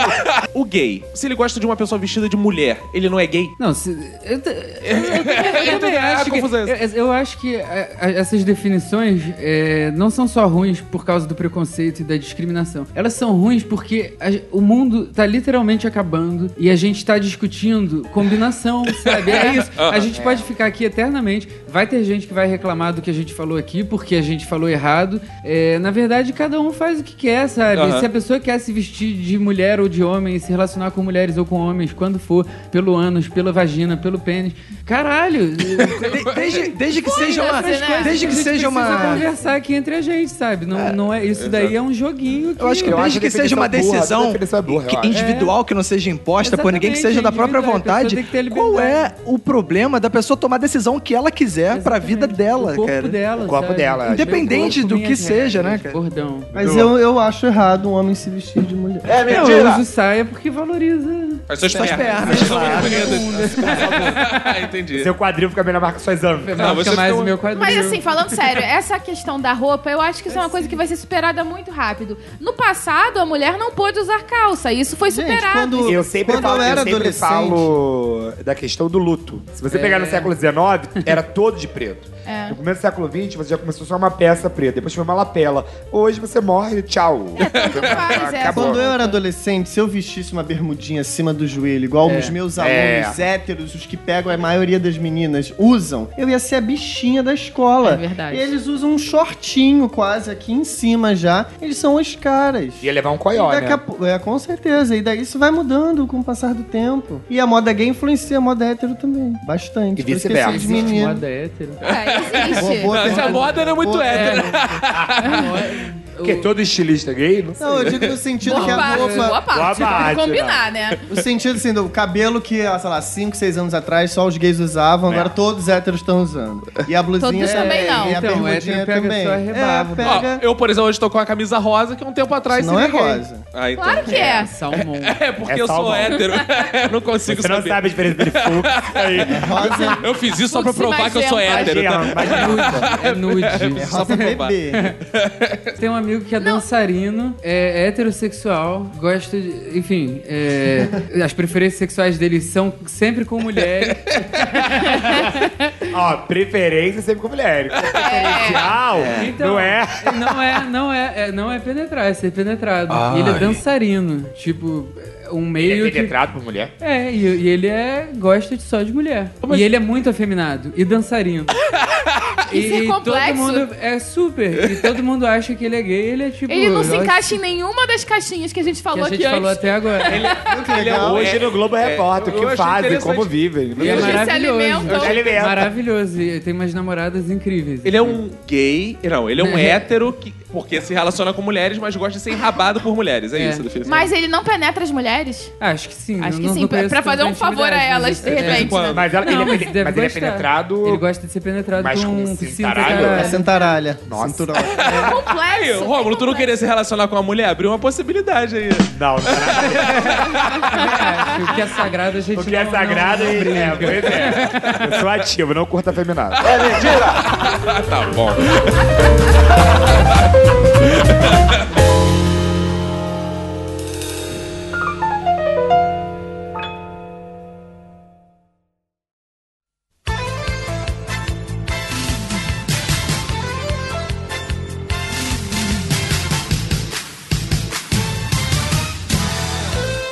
Speaker 1: O gay, se ele gosta de uma pessoa vestida de mulher, ele não é gay?
Speaker 6: Não, se, eu, t- eu, eu, eu também
Speaker 1: É,
Speaker 6: acho que,
Speaker 1: confusão.
Speaker 6: eu, eu acho que é, é, essas definições é, não são só ruins por causa do preconceito e da discriminação. Elas são ruins porque a- o mundo tá literalmente acabando e a gente tá discutindo combinação, sabe? É isso. A gente pode ficar aqui eternamente. Vai ter gente que vai reclamar do que a gente falou aqui porque a gente falou errado. É, na verdade, cada um faz o que quer, sabe?
Speaker 1: Aham.
Speaker 6: Se a pessoa quer se vestir de mulher ou de homem, se relacionar com mulheres ou com homens, quando for, pelo ânus, pela vagina, pelo pênis. Caralho!
Speaker 5: É
Speaker 2: De- desde, desde que seja uma.
Speaker 3: Foda-se, né?
Speaker 2: Desde que
Speaker 6: A gente
Speaker 2: seja
Speaker 6: precisa
Speaker 2: uma.
Speaker 6: conversar aqui entre a gente, sabe? Não, não é, isso daí é um joguinho que...
Speaker 2: Eu acho que é
Speaker 5: Eu
Speaker 2: desde
Speaker 5: acho a
Speaker 2: que seja uma
Speaker 5: definição burra, toda
Speaker 2: decisão
Speaker 5: definição é burra, eu
Speaker 2: que-
Speaker 5: acho.
Speaker 2: individual, que não seja imposta por ninguém, que
Speaker 6: Exatamente,
Speaker 2: seja da própria
Speaker 6: individual, a pessoa
Speaker 2: vontade.
Speaker 6: tem que ter
Speaker 2: Qual é
Speaker 6: liberdade.
Speaker 2: o problema da pessoa tomar a decisão que ela quiser pra vida dela,
Speaker 6: o corpo
Speaker 2: cara?
Speaker 6: dela,
Speaker 5: O corpo
Speaker 6: sabe?
Speaker 5: dela.
Speaker 2: Independente
Speaker 6: Meu corpo,
Speaker 2: do
Speaker 6: minhas
Speaker 2: que seja, né,
Speaker 6: regras,
Speaker 2: cara?
Speaker 6: Bordão.
Speaker 4: Mas eu, eu acho errado um homem se vestir de mulher.
Speaker 8: É
Speaker 6: Não,
Speaker 8: mentira.
Speaker 6: eu uso saia porque valoriza.
Speaker 1: As suas
Speaker 2: Suas pernas,
Speaker 1: São muito bonitas. Ah, Entendi.
Speaker 5: Seu quadril fica bem na marca suas amplas.
Speaker 1: Não,
Speaker 6: Fica
Speaker 1: vocês
Speaker 6: mais
Speaker 1: estão-
Speaker 6: o meu quadril.
Speaker 3: Mas assim, falando sério, essa questão da roupa, eu acho que isso é uma coisa que vai ser superada muito rápido. No passado, a mulher não pôde usar calça, e isso foi
Speaker 4: Gente,
Speaker 3: superado.
Speaker 4: quando-
Speaker 5: Eu sempre
Speaker 4: Quando
Speaker 5: falo,
Speaker 4: eu
Speaker 5: eu
Speaker 4: era
Speaker 5: sempre
Speaker 4: adolescente- É.
Speaker 5: falo da questão do luto. Se você pegar no século XIX, era todo de preto.
Speaker 6: É.
Speaker 5: No começo do século XX, você já começou só uma peça preta, depois foi uma lapela. Hoje você morre, tchau.
Speaker 3: Tanto faz, é.
Speaker 5: Acabou.
Speaker 4: Quando eu era adolescente, se eu vestisse uma bermudinha acima do joelho, igual
Speaker 5: É.
Speaker 4: os meus alunos héteros, os que pegam a maioria das meninas, usam, eu ia ser a bichinha da escola.
Speaker 3: É verdade.
Speaker 4: E eles usam um shortinho quase aqui em cima já. Eles são os caras.
Speaker 5: Ia levar um
Speaker 4: E
Speaker 5: coió,
Speaker 4: daqui a
Speaker 5: né?
Speaker 4: pou- é, com certeza. E daí isso vai mudando com o passar do tempo. E a moda gay influencia a moda hétero também. Bastante.
Speaker 5: E
Speaker 4: Por isso que
Speaker 5: vice-versa.
Speaker 4: esses
Speaker 6: Existe
Speaker 4: meninos-
Speaker 6: Tipo, moda hétero.
Speaker 3: É, existe.
Speaker 4: Boa- boa
Speaker 1: Essa
Speaker 4: pergunta.
Speaker 1: moda não é muito
Speaker 4: Boa
Speaker 1: hétero.
Speaker 5: Porque todo estilista gay, não sei.
Speaker 4: Não, eu digo no sentido que a
Speaker 3: parte,
Speaker 4: roupa...
Speaker 3: boa parte.
Speaker 5: Boa parte,
Speaker 3: Vamos combinar, né?
Speaker 4: No sentido assim, do cabelo que, ah, sei lá, 5, 6 anos atrás só os gays usavam, agora todos os héteros estão usando. E a blusinha é-
Speaker 3: Todos também não.
Speaker 4: E a
Speaker 6: É. Então,
Speaker 4: bermudinha
Speaker 6: hétero pega
Speaker 4: também.
Speaker 6: só a rebarba.
Speaker 4: É,
Speaker 1: Ó,
Speaker 4: pega.
Speaker 1: eu, por exemplo, hoje tô com uma camisa rosa que um tempo atrás
Speaker 4: Isso não é
Speaker 1: seria gay.
Speaker 4: rosa.
Speaker 1: Ah, então.
Speaker 3: Claro que é.
Speaker 6: Salmão.
Speaker 1: É porque
Speaker 5: É
Speaker 1: eu sou
Speaker 5: salmão.
Speaker 1: hétero. eu não consigo
Speaker 5: Você não
Speaker 1: saber.
Speaker 5: sabe a diferença entre fluxo aí.
Speaker 4: Rosa,
Speaker 1: Eu fiz isso só pra
Speaker 3: Putz,
Speaker 1: provar que eu sou
Speaker 3: imagina.
Speaker 1: hétero. tá?
Speaker 5: Imagina, imagina.
Speaker 6: É nude.
Speaker 4: só pra bebê.
Speaker 6: Tem um amigo que é dançarino, é heterossexual, gosta de. Enfim, é, as preferências sexuais dele são sempre com mulheres.
Speaker 5: Ó, preferência sempre com mulher. é
Speaker 6: É.
Speaker 3: É,
Speaker 5: Preferencial
Speaker 6: Então,
Speaker 5: não é.
Speaker 6: Não é, não é, é, não é penetrar, é ser penetrado. E ele é dançarino. Tipo, é um meio
Speaker 5: Ele é
Speaker 6: que.
Speaker 5: penetrado por mulher?
Speaker 6: É, e, e ele é. gosta de só de mulher. E ele é muito afeminado. E dançarino.
Speaker 3: e ser complexo.
Speaker 6: Todo mundo é super. E todo mundo acha que ele é gay, ele é tipo.
Speaker 3: Ele não se
Speaker 6: eu acho
Speaker 3: encaixa em nenhuma das caixinhas que a gente
Speaker 6: Que
Speaker 3: falou
Speaker 6: a gente
Speaker 3: aqui
Speaker 6: falou
Speaker 3: antes.
Speaker 6: até agora. Ele,
Speaker 1: é
Speaker 5: Hoje
Speaker 1: um-
Speaker 5: no Globo
Speaker 4: É,
Speaker 5: Repórter, o
Speaker 1: eu
Speaker 5: que
Speaker 1: achei
Speaker 5: fazem, como
Speaker 1: interessante.
Speaker 5: vivem.
Speaker 6: E é
Speaker 3: Eles se
Speaker 6: maravilhoso.
Speaker 3: alimentam.
Speaker 5: Ele- é
Speaker 6: Maravilhoso. E tem umas namoradas incríveis.
Speaker 1: Ele é um gay. Não, ele é um hétero que, porque se relaciona com mulheres, mas gosta de ser enrabado por mulheres. É,
Speaker 6: É.
Speaker 1: isso a definição.
Speaker 3: Mas ele não penetra as mulheres?
Speaker 6: Acho que sim.
Speaker 3: Acho
Speaker 6: eu
Speaker 3: que
Speaker 6: não-
Speaker 3: sim,
Speaker 6: não
Speaker 3: pra-
Speaker 6: conheço
Speaker 3: pra fazer um
Speaker 6: tantas
Speaker 3: favor a
Speaker 6: mulheres,
Speaker 3: elas,
Speaker 6: mas
Speaker 3: de
Speaker 6: é. eu-
Speaker 3: repente, né?
Speaker 5: Mas, ela,
Speaker 6: Não,
Speaker 5: ele,
Speaker 6: mas
Speaker 5: ele-
Speaker 6: deve
Speaker 5: mas ele é
Speaker 6: gostar.
Speaker 5: penetrado.
Speaker 6: Ele gosta de ser penetrado
Speaker 5: Mas
Speaker 6: com
Speaker 5: com
Speaker 6: um
Speaker 5: cintaralho?
Speaker 4: É
Speaker 6: cintaralho.
Speaker 4: sentaralha.
Speaker 5: Nossa.
Speaker 4: Cinturão.
Speaker 6: né?
Speaker 3: É complexo.
Speaker 1: Aí, Rômulo, tu não queria se relacionar com uma mulher? Abriu uma possibilidade aí.
Speaker 5: Não, não é nada.
Speaker 6: É, O que é sagrado a gente
Speaker 5: O que é
Speaker 6: não-
Speaker 5: sagrado
Speaker 6: não- não
Speaker 5: e.
Speaker 6: brinca.
Speaker 5: É, pois é. Eu sou ativo, não curto afeminado.
Speaker 1: Tá bom.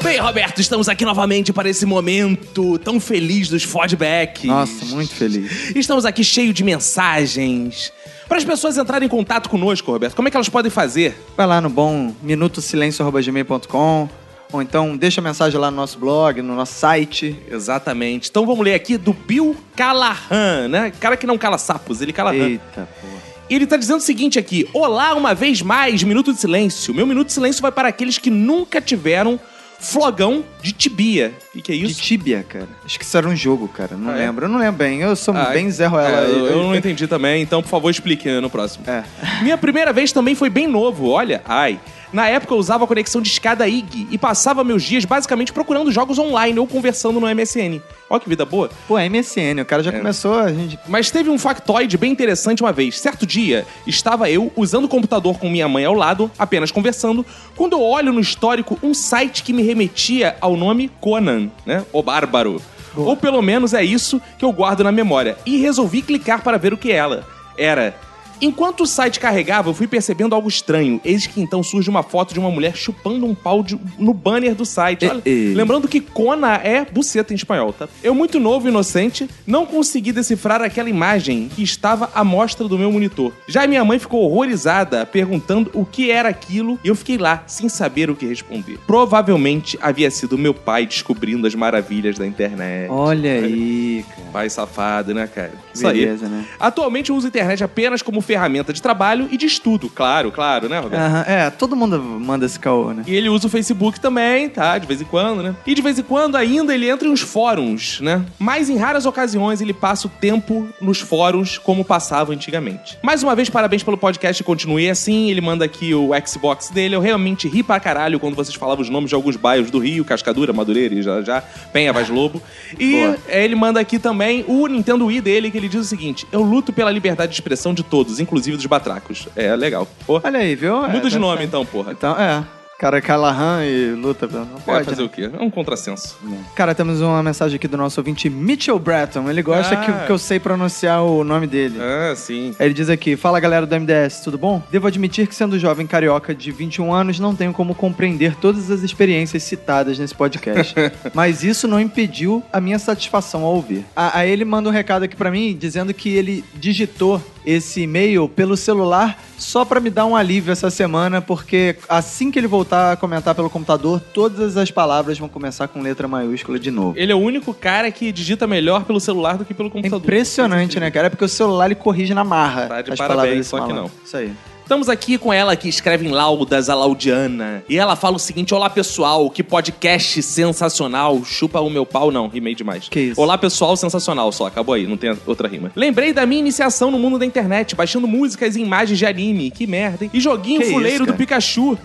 Speaker 1: Bem, Roberto, estamos aqui novamente para esse momento tão feliz dos feedbacks.
Speaker 2: Nossa, muito feliz.
Speaker 1: Estamos aqui cheio de mensagens. Para as pessoas entrarem em contato conosco, Roberto, como é que elas podem fazer?
Speaker 2: Vai lá no bom minutosilencio.gmail.com ou então deixa mensagem lá no nosso blog, no nosso site.
Speaker 1: Exatamente. Então vamos ler aqui do Bill Callahan, né? Cara que não cala sapos, ele cala rã.
Speaker 2: Eita, porra.
Speaker 1: E Ele tá dizendo o seguinte aqui: Olá, uma vez mais, Minuto de Silêncio. Meu Minuto de Silêncio vai para aqueles que nunca tiveram flogão de tibia. O que, que é
Speaker 2: De
Speaker 1: isso?
Speaker 2: tíbia, cara. Acho que isso era um jogo, cara. Não
Speaker 1: Ah, é?
Speaker 2: lembro. Eu não lembro bem. Eu sou
Speaker 1: Ah,
Speaker 2: bem Zé Ruela.
Speaker 1: É, eu, eu não entendi também, então por favor explique né, no próximo.
Speaker 2: É.
Speaker 1: Minha primeira vez também foi bem novo, olha. Ai. Na época eu usava a conexão de escada IG e passava meus dias basicamente procurando jogos online ou conversando no MSN. Ó que vida boa.
Speaker 2: Pô, é MSN. O cara já começou, a gente...
Speaker 1: Mas teve um factoide bem interessante uma vez. Certo dia, estava eu usando o computador com minha mãe ao lado, apenas conversando, quando eu olho no histórico um site que me remetia ao nome Conan, né? O Bárbaro. Ou pelo menos é isso que eu guardo na memória. E resolvi clicar para ver o que ela era. Enquanto o site carregava, eu fui percebendo algo estranho. Eis que então surge uma foto de uma mulher chupando um pau de- no banner do site. Olha,
Speaker 2: E- e-
Speaker 1: Lembrando que cona é buceta em espanhol, tá? Eu, muito novo e inocente, não consegui decifrar aquela imagem que estava à mostra do meu monitor. Já minha mãe ficou horrorizada, perguntando o que era aquilo, e eu fiquei lá, sem saber o que responder. Provavelmente havia sido meu pai descobrindo as maravilhas da internet.
Speaker 2: Olha aí, cara.
Speaker 1: Pai safado, né, cara? Isso aí.
Speaker 2: Beleza, né?
Speaker 1: Atualmente eu uso a internet apenas como ferramenta de trabalho e de estudo, claro, claro, né, Roberto?
Speaker 2: Aham, É, todo mundo manda esse caô, né?
Speaker 1: E ele usa o Facebook também, tá? De vez em quando, né? E de vez em quando ainda ele entra em uns fóruns, né? Mas em raras ocasiões ele passa o tempo nos fóruns como passava antigamente. Mais uma vez, parabéns pelo podcast e continue assim. Ele manda aqui o Xbox dele. Eu realmente ri pra caralho quando vocês falavam os nomes de alguns bairros do Rio, Cascadura, Madureira, já, já Penha, Vaz Lobo. E é, ele manda aqui também o Nintendo Wii dele, que ele diz o seguinte: Eu luto pela liberdade de expressão de todos, inclusive dos batracos. É, legal. Pô,
Speaker 2: Olha aí, viu? É,
Speaker 1: muda de
Speaker 2: tá
Speaker 1: nome
Speaker 2: certo.
Speaker 1: então, porra.
Speaker 2: Então, é. Cara, Callahan e luta pela... Não
Speaker 1: Vai
Speaker 2: pode,
Speaker 1: fazer
Speaker 2: né?
Speaker 1: o quê? É um contrassenso.
Speaker 2: Cara, temos uma mensagem aqui do nosso ouvinte Mitchell Breton. Ele gosta
Speaker 1: Ah.
Speaker 2: que, que eu sei pronunciar o nome dele.
Speaker 1: Ah, sim.
Speaker 2: Ele diz aqui: Fala galera do MDS, tudo bom? Devo admitir que, sendo jovem carioca de 21 anos, não tenho como compreender todas as experiências citadas nesse podcast. Mas isso não impediu a minha satisfação ao ouvir. A- Aí ele manda um recado aqui pra mim dizendo que ele digitou esse e-mail pelo celular só pra me dar um alívio essa semana, porque assim que ele voltar a comentar pelo computador, todas as palavras vão começar com letra maiúscula de novo.
Speaker 1: Ele é o único cara que digita melhor pelo celular do que pelo
Speaker 2: É
Speaker 1: computador.
Speaker 2: impressionante, né, cara? É porque o celular ele corrige na marra.
Speaker 1: um Tá de parabéns,
Speaker 2: as palavras desse
Speaker 1: só que
Speaker 2: malandro. Isso aí.
Speaker 1: Estamos aqui com ela que escreve em laudas, a laudiana. E ela fala o seguinte: Olá pessoal, que podcast sensacional. Chupa o meu pau, não, rimei demais.
Speaker 2: Que isso.
Speaker 1: Olá pessoal, sensacional só, acabou aí, não tem outra rima. Lembrei da minha iniciação no mundo da internet, baixando músicas e imagens de anime, que merda, hein? E joguinho
Speaker 2: Que
Speaker 1: fuleiro
Speaker 2: isso,
Speaker 1: do
Speaker 2: cara.
Speaker 1: Pikachu.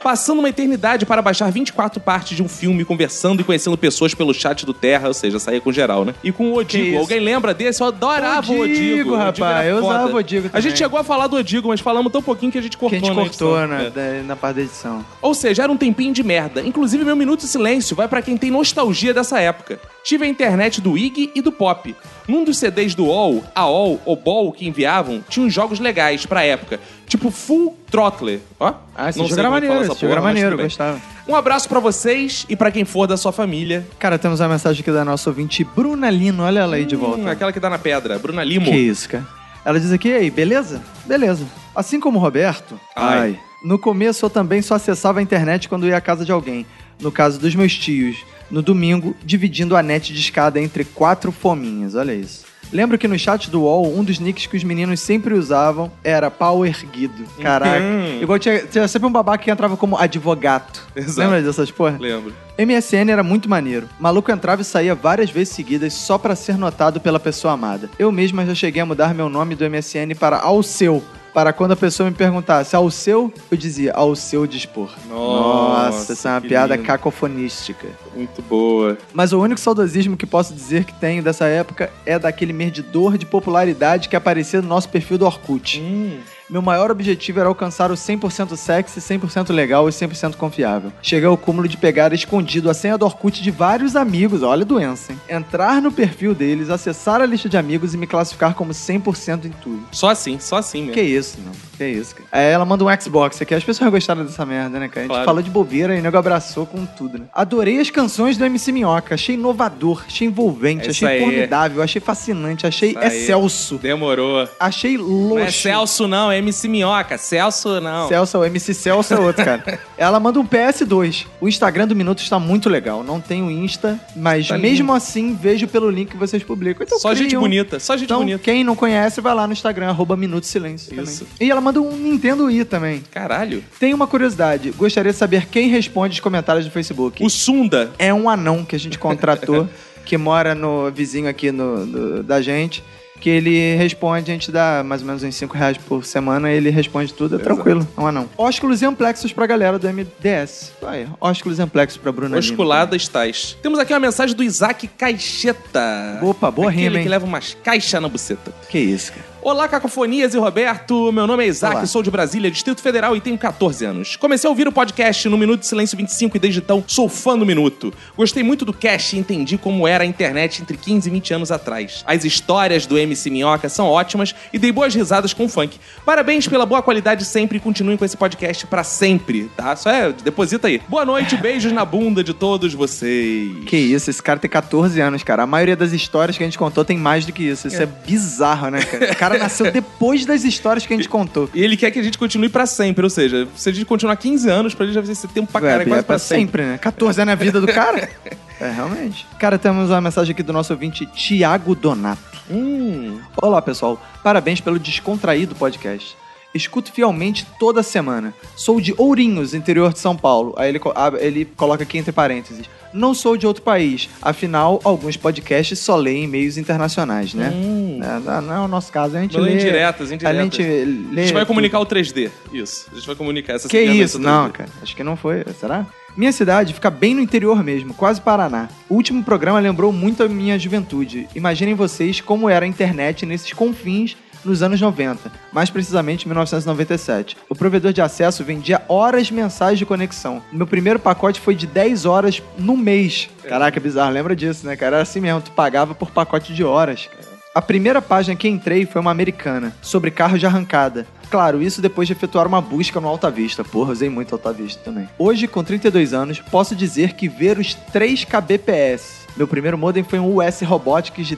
Speaker 1: Passando uma eternidade para baixar 24 partes de um filme, conversando e conhecendo pessoas pelo chat do Terra, ou seja, saía com geral, né? E com o
Speaker 2: Que
Speaker 1: Odigo.
Speaker 2: isso.
Speaker 1: Alguém lembra desse? Eu adorava o
Speaker 2: Odigo,
Speaker 1: Odigo. O Odigo
Speaker 2: rapaz,
Speaker 1: era
Speaker 2: eu
Speaker 1: foda.
Speaker 2: usava o Odigo
Speaker 1: A
Speaker 2: também.
Speaker 1: gente chegou a É falar do Odigo, mas falamos tão pouquinho que a gente
Speaker 2: que
Speaker 1: cortou,
Speaker 2: a gente
Speaker 1: né,
Speaker 2: cortou
Speaker 1: edição.
Speaker 2: na,
Speaker 1: É.
Speaker 2: da- na parte da edição.
Speaker 1: Ou seja, era um tempinho de merda. Inclusive, meu minuto de silêncio vai pra quem tem nostalgia dessa época. Tive a internet do IG e do Pop. Num dos CDs do OL, a OL ou BOL que enviavam, tinha uns jogos legais pra época. Tipo Full Trottler. Ó,
Speaker 2: Ah, esse
Speaker 1: não
Speaker 2: jogo
Speaker 1: sei
Speaker 2: era
Speaker 1: como é que
Speaker 2: maneiro,
Speaker 1: fala essa
Speaker 2: esse jogo era
Speaker 1: porra, mas
Speaker 2: maneiro,
Speaker 1: tudo bem.
Speaker 2: gostava.
Speaker 1: Um abraço pra vocês e pra quem for da sua família.
Speaker 2: Cara, temos uma mensagem aqui da nossa ouvinte Bruna Lino. Olha ela aí de
Speaker 1: Hum,
Speaker 2: volta.
Speaker 1: aquela que dá na pedra, Bruna Limo.
Speaker 2: Que isso, cara. Ela diz aqui, ei, beleza? Beleza. Assim como o Roberto,
Speaker 1: Ai.
Speaker 2: no começo eu também só acessava a internet quando ia à casa de alguém. No caso dos meus tios, no domingo, dividindo a net de escada entre quatro fominhas. Olha isso. Lembro que no chat do UOL, um dos nicks que os meninos sempre usavam era pau erguido. Caraca.
Speaker 1: Hum.
Speaker 2: Igual tinha, tinha sempre um babaca que entrava como advogato.
Speaker 1: Exato.
Speaker 2: Lembra dessas porra?
Speaker 1: Lembro.
Speaker 2: MSN era muito maneiro. Maluco entrava e saía várias vezes seguidas só pra ser notado pela pessoa amada. Eu mesma já cheguei a mudar meu nome do MSN para Ao Seu. Para quando a pessoa me perguntasse ao seu, eu dizia ao seu dispor. Nossa, essa é uma
Speaker 1: que
Speaker 2: piada
Speaker 1: lindo.
Speaker 2: cacofonística.
Speaker 1: Muito boa.
Speaker 2: Mas o único saudosismo que posso dizer que tenho dessa época é daquele merdidor de popularidade que aparecia no nosso perfil do Orkut.
Speaker 1: Hum.
Speaker 2: Meu maior objetivo era alcançar o 100% sexy, 100% legal e 100% confiável. Cheguei ao cúmulo de pegar escondido a senha do Orkut de vários amigos, olha a doença, hein? Entrar no perfil deles, acessar a lista de amigos e me classificar como 100% em tudo.
Speaker 1: Só assim, só assim mesmo.
Speaker 2: Que isso, não. Que isso, cara. Aí ela manda um Xbox aqui. As pessoas gostaram dessa merda, né, cara? A gente
Speaker 1: Claro.
Speaker 2: falou de bobeira e o nego abraçou com tudo, né? Adorei as canções do MC Minhoca. Achei inovador, achei envolvente,
Speaker 1: É isso
Speaker 2: achei
Speaker 1: aí.
Speaker 2: formidável, achei fascinante, achei
Speaker 1: Isso aí.
Speaker 2: excelso.
Speaker 1: Demorou.
Speaker 2: Achei
Speaker 1: Não
Speaker 2: louco.
Speaker 1: é Celso, não, é MC Minhoca. Celso, não.
Speaker 2: Celso, o MC Celso é outro, cara. Ela manda um PS2. O Instagram do Minuto está muito legal. Não tenho Insta, mas
Speaker 1: Tá
Speaker 2: mesmo assim vejo pelo link que vocês publicam. Então,
Speaker 1: Só gente
Speaker 2: criam.
Speaker 1: bonita, só gente
Speaker 2: Então,
Speaker 1: bonita.
Speaker 2: quem não conhece, vai lá no Instagram, arroba Minuto Silêncio
Speaker 1: Isso.
Speaker 2: também. E ela manda um Nintendo Wii também.
Speaker 1: Caralho.
Speaker 2: Tem uma curiosidade. Gostaria de saber quem responde os comentários do Facebook.
Speaker 1: O Sunda.
Speaker 2: É um anão que a gente contratou, que mora no vizinho aqui no- do- da gente. Que ele responde, a gente dá mais ou menos uns 5 reais por semana, ele responde tudo, é tranquilo, é um anão. Ósculos e amplexos pra galera do MDS. Vai, ósculos e amplexos pra Bruna Lima.
Speaker 1: Osculada estás. Temos aqui uma mensagem do Isaac Caixeta.
Speaker 2: Opa, boa
Speaker 1: Aquele
Speaker 2: rima, hein?
Speaker 1: que leva umas caixas na buceta.
Speaker 2: Que isso, cara.
Speaker 1: Olá, Cacofonias e Roberto. Meu nome é Isaac,
Speaker 2: Olá.
Speaker 1: sou de Brasília, Distrito Federal e tenho 14 anos. Comecei a ouvir o podcast no Minuto de Silêncio 25 e desde então sou fã do Minuto. Gostei muito do cast e entendi como era a internet entre 15 e 20 anos atrás. As histórias do MC Minhoca são ótimas e dei boas risadas com o funk. Parabéns pela boa qualidade sempre e continuem com esse podcast pra sempre, tá? Só é, deposita aí. Boa noite, beijos na bunda de todos vocês.
Speaker 2: Que isso, esse cara tem 14 anos, cara. A maioria das histórias que a gente contou tem mais do que isso. Isso é, bizarro, né, cara? O cara nasceu depois das histórias que a gente contou.
Speaker 1: E ele quer que a gente continue pra sempre, ou seja, se a gente continuar 15 anos, pra ele já vai ser tempo pra
Speaker 2: Ué,
Speaker 1: caralho,
Speaker 2: é
Speaker 1: quase
Speaker 2: pra
Speaker 1: pra sempre.
Speaker 2: sempre, né? 14 anos é a vida do cara. É, realmente. Cara, temos uma mensagem aqui do nosso ouvinte, Tiago Donato.
Speaker 1: Hum.
Speaker 2: Olá, pessoal. Parabéns pelo descontraído podcast. Escuto fielmente toda semana. Sou de Ourinhos, interior de São Paulo. Aí ele, co- ah, ele coloca aqui entre parênteses. Não sou de outro país. Afinal, alguns podcasts só leem e-mails internacionais, né? É, não, não é o nosso caso. A gente
Speaker 1: Mandou
Speaker 2: lê...
Speaker 1: indiretas, indiretas.
Speaker 2: A gente
Speaker 1: A
Speaker 2: lê...
Speaker 1: gente vai comunicar o 3D. Isso. A gente vai comunicar essa
Speaker 2: Que
Speaker 1: segmentação
Speaker 2: isso?
Speaker 1: 3D.
Speaker 2: Não, cara. Acho que não foi. Será? Minha cidade fica bem no interior mesmo, quase Paraná. O último programa lembrou muito a minha juventude. Imaginem vocês como era a internet nesses confins nos anos 90, mais precisamente em 1997. O provedor de acesso vendia horas mensais de conexão. Meu primeiro pacote foi de 10 horas no mês. Caraca, bizarro, lembra disso, né, cara? Era assim mesmo, tu pagava por pacote de horas, cara. A primeira página que entrei foi uma americana, sobre carro de arrancada. Claro, isso depois de efetuar uma busca no Alta Vista. Porra, usei muito Alta Vista também. Hoje, com 32 anos, posso dizer que ver os 3 kbps. Meu primeiro modem foi um US Robotics de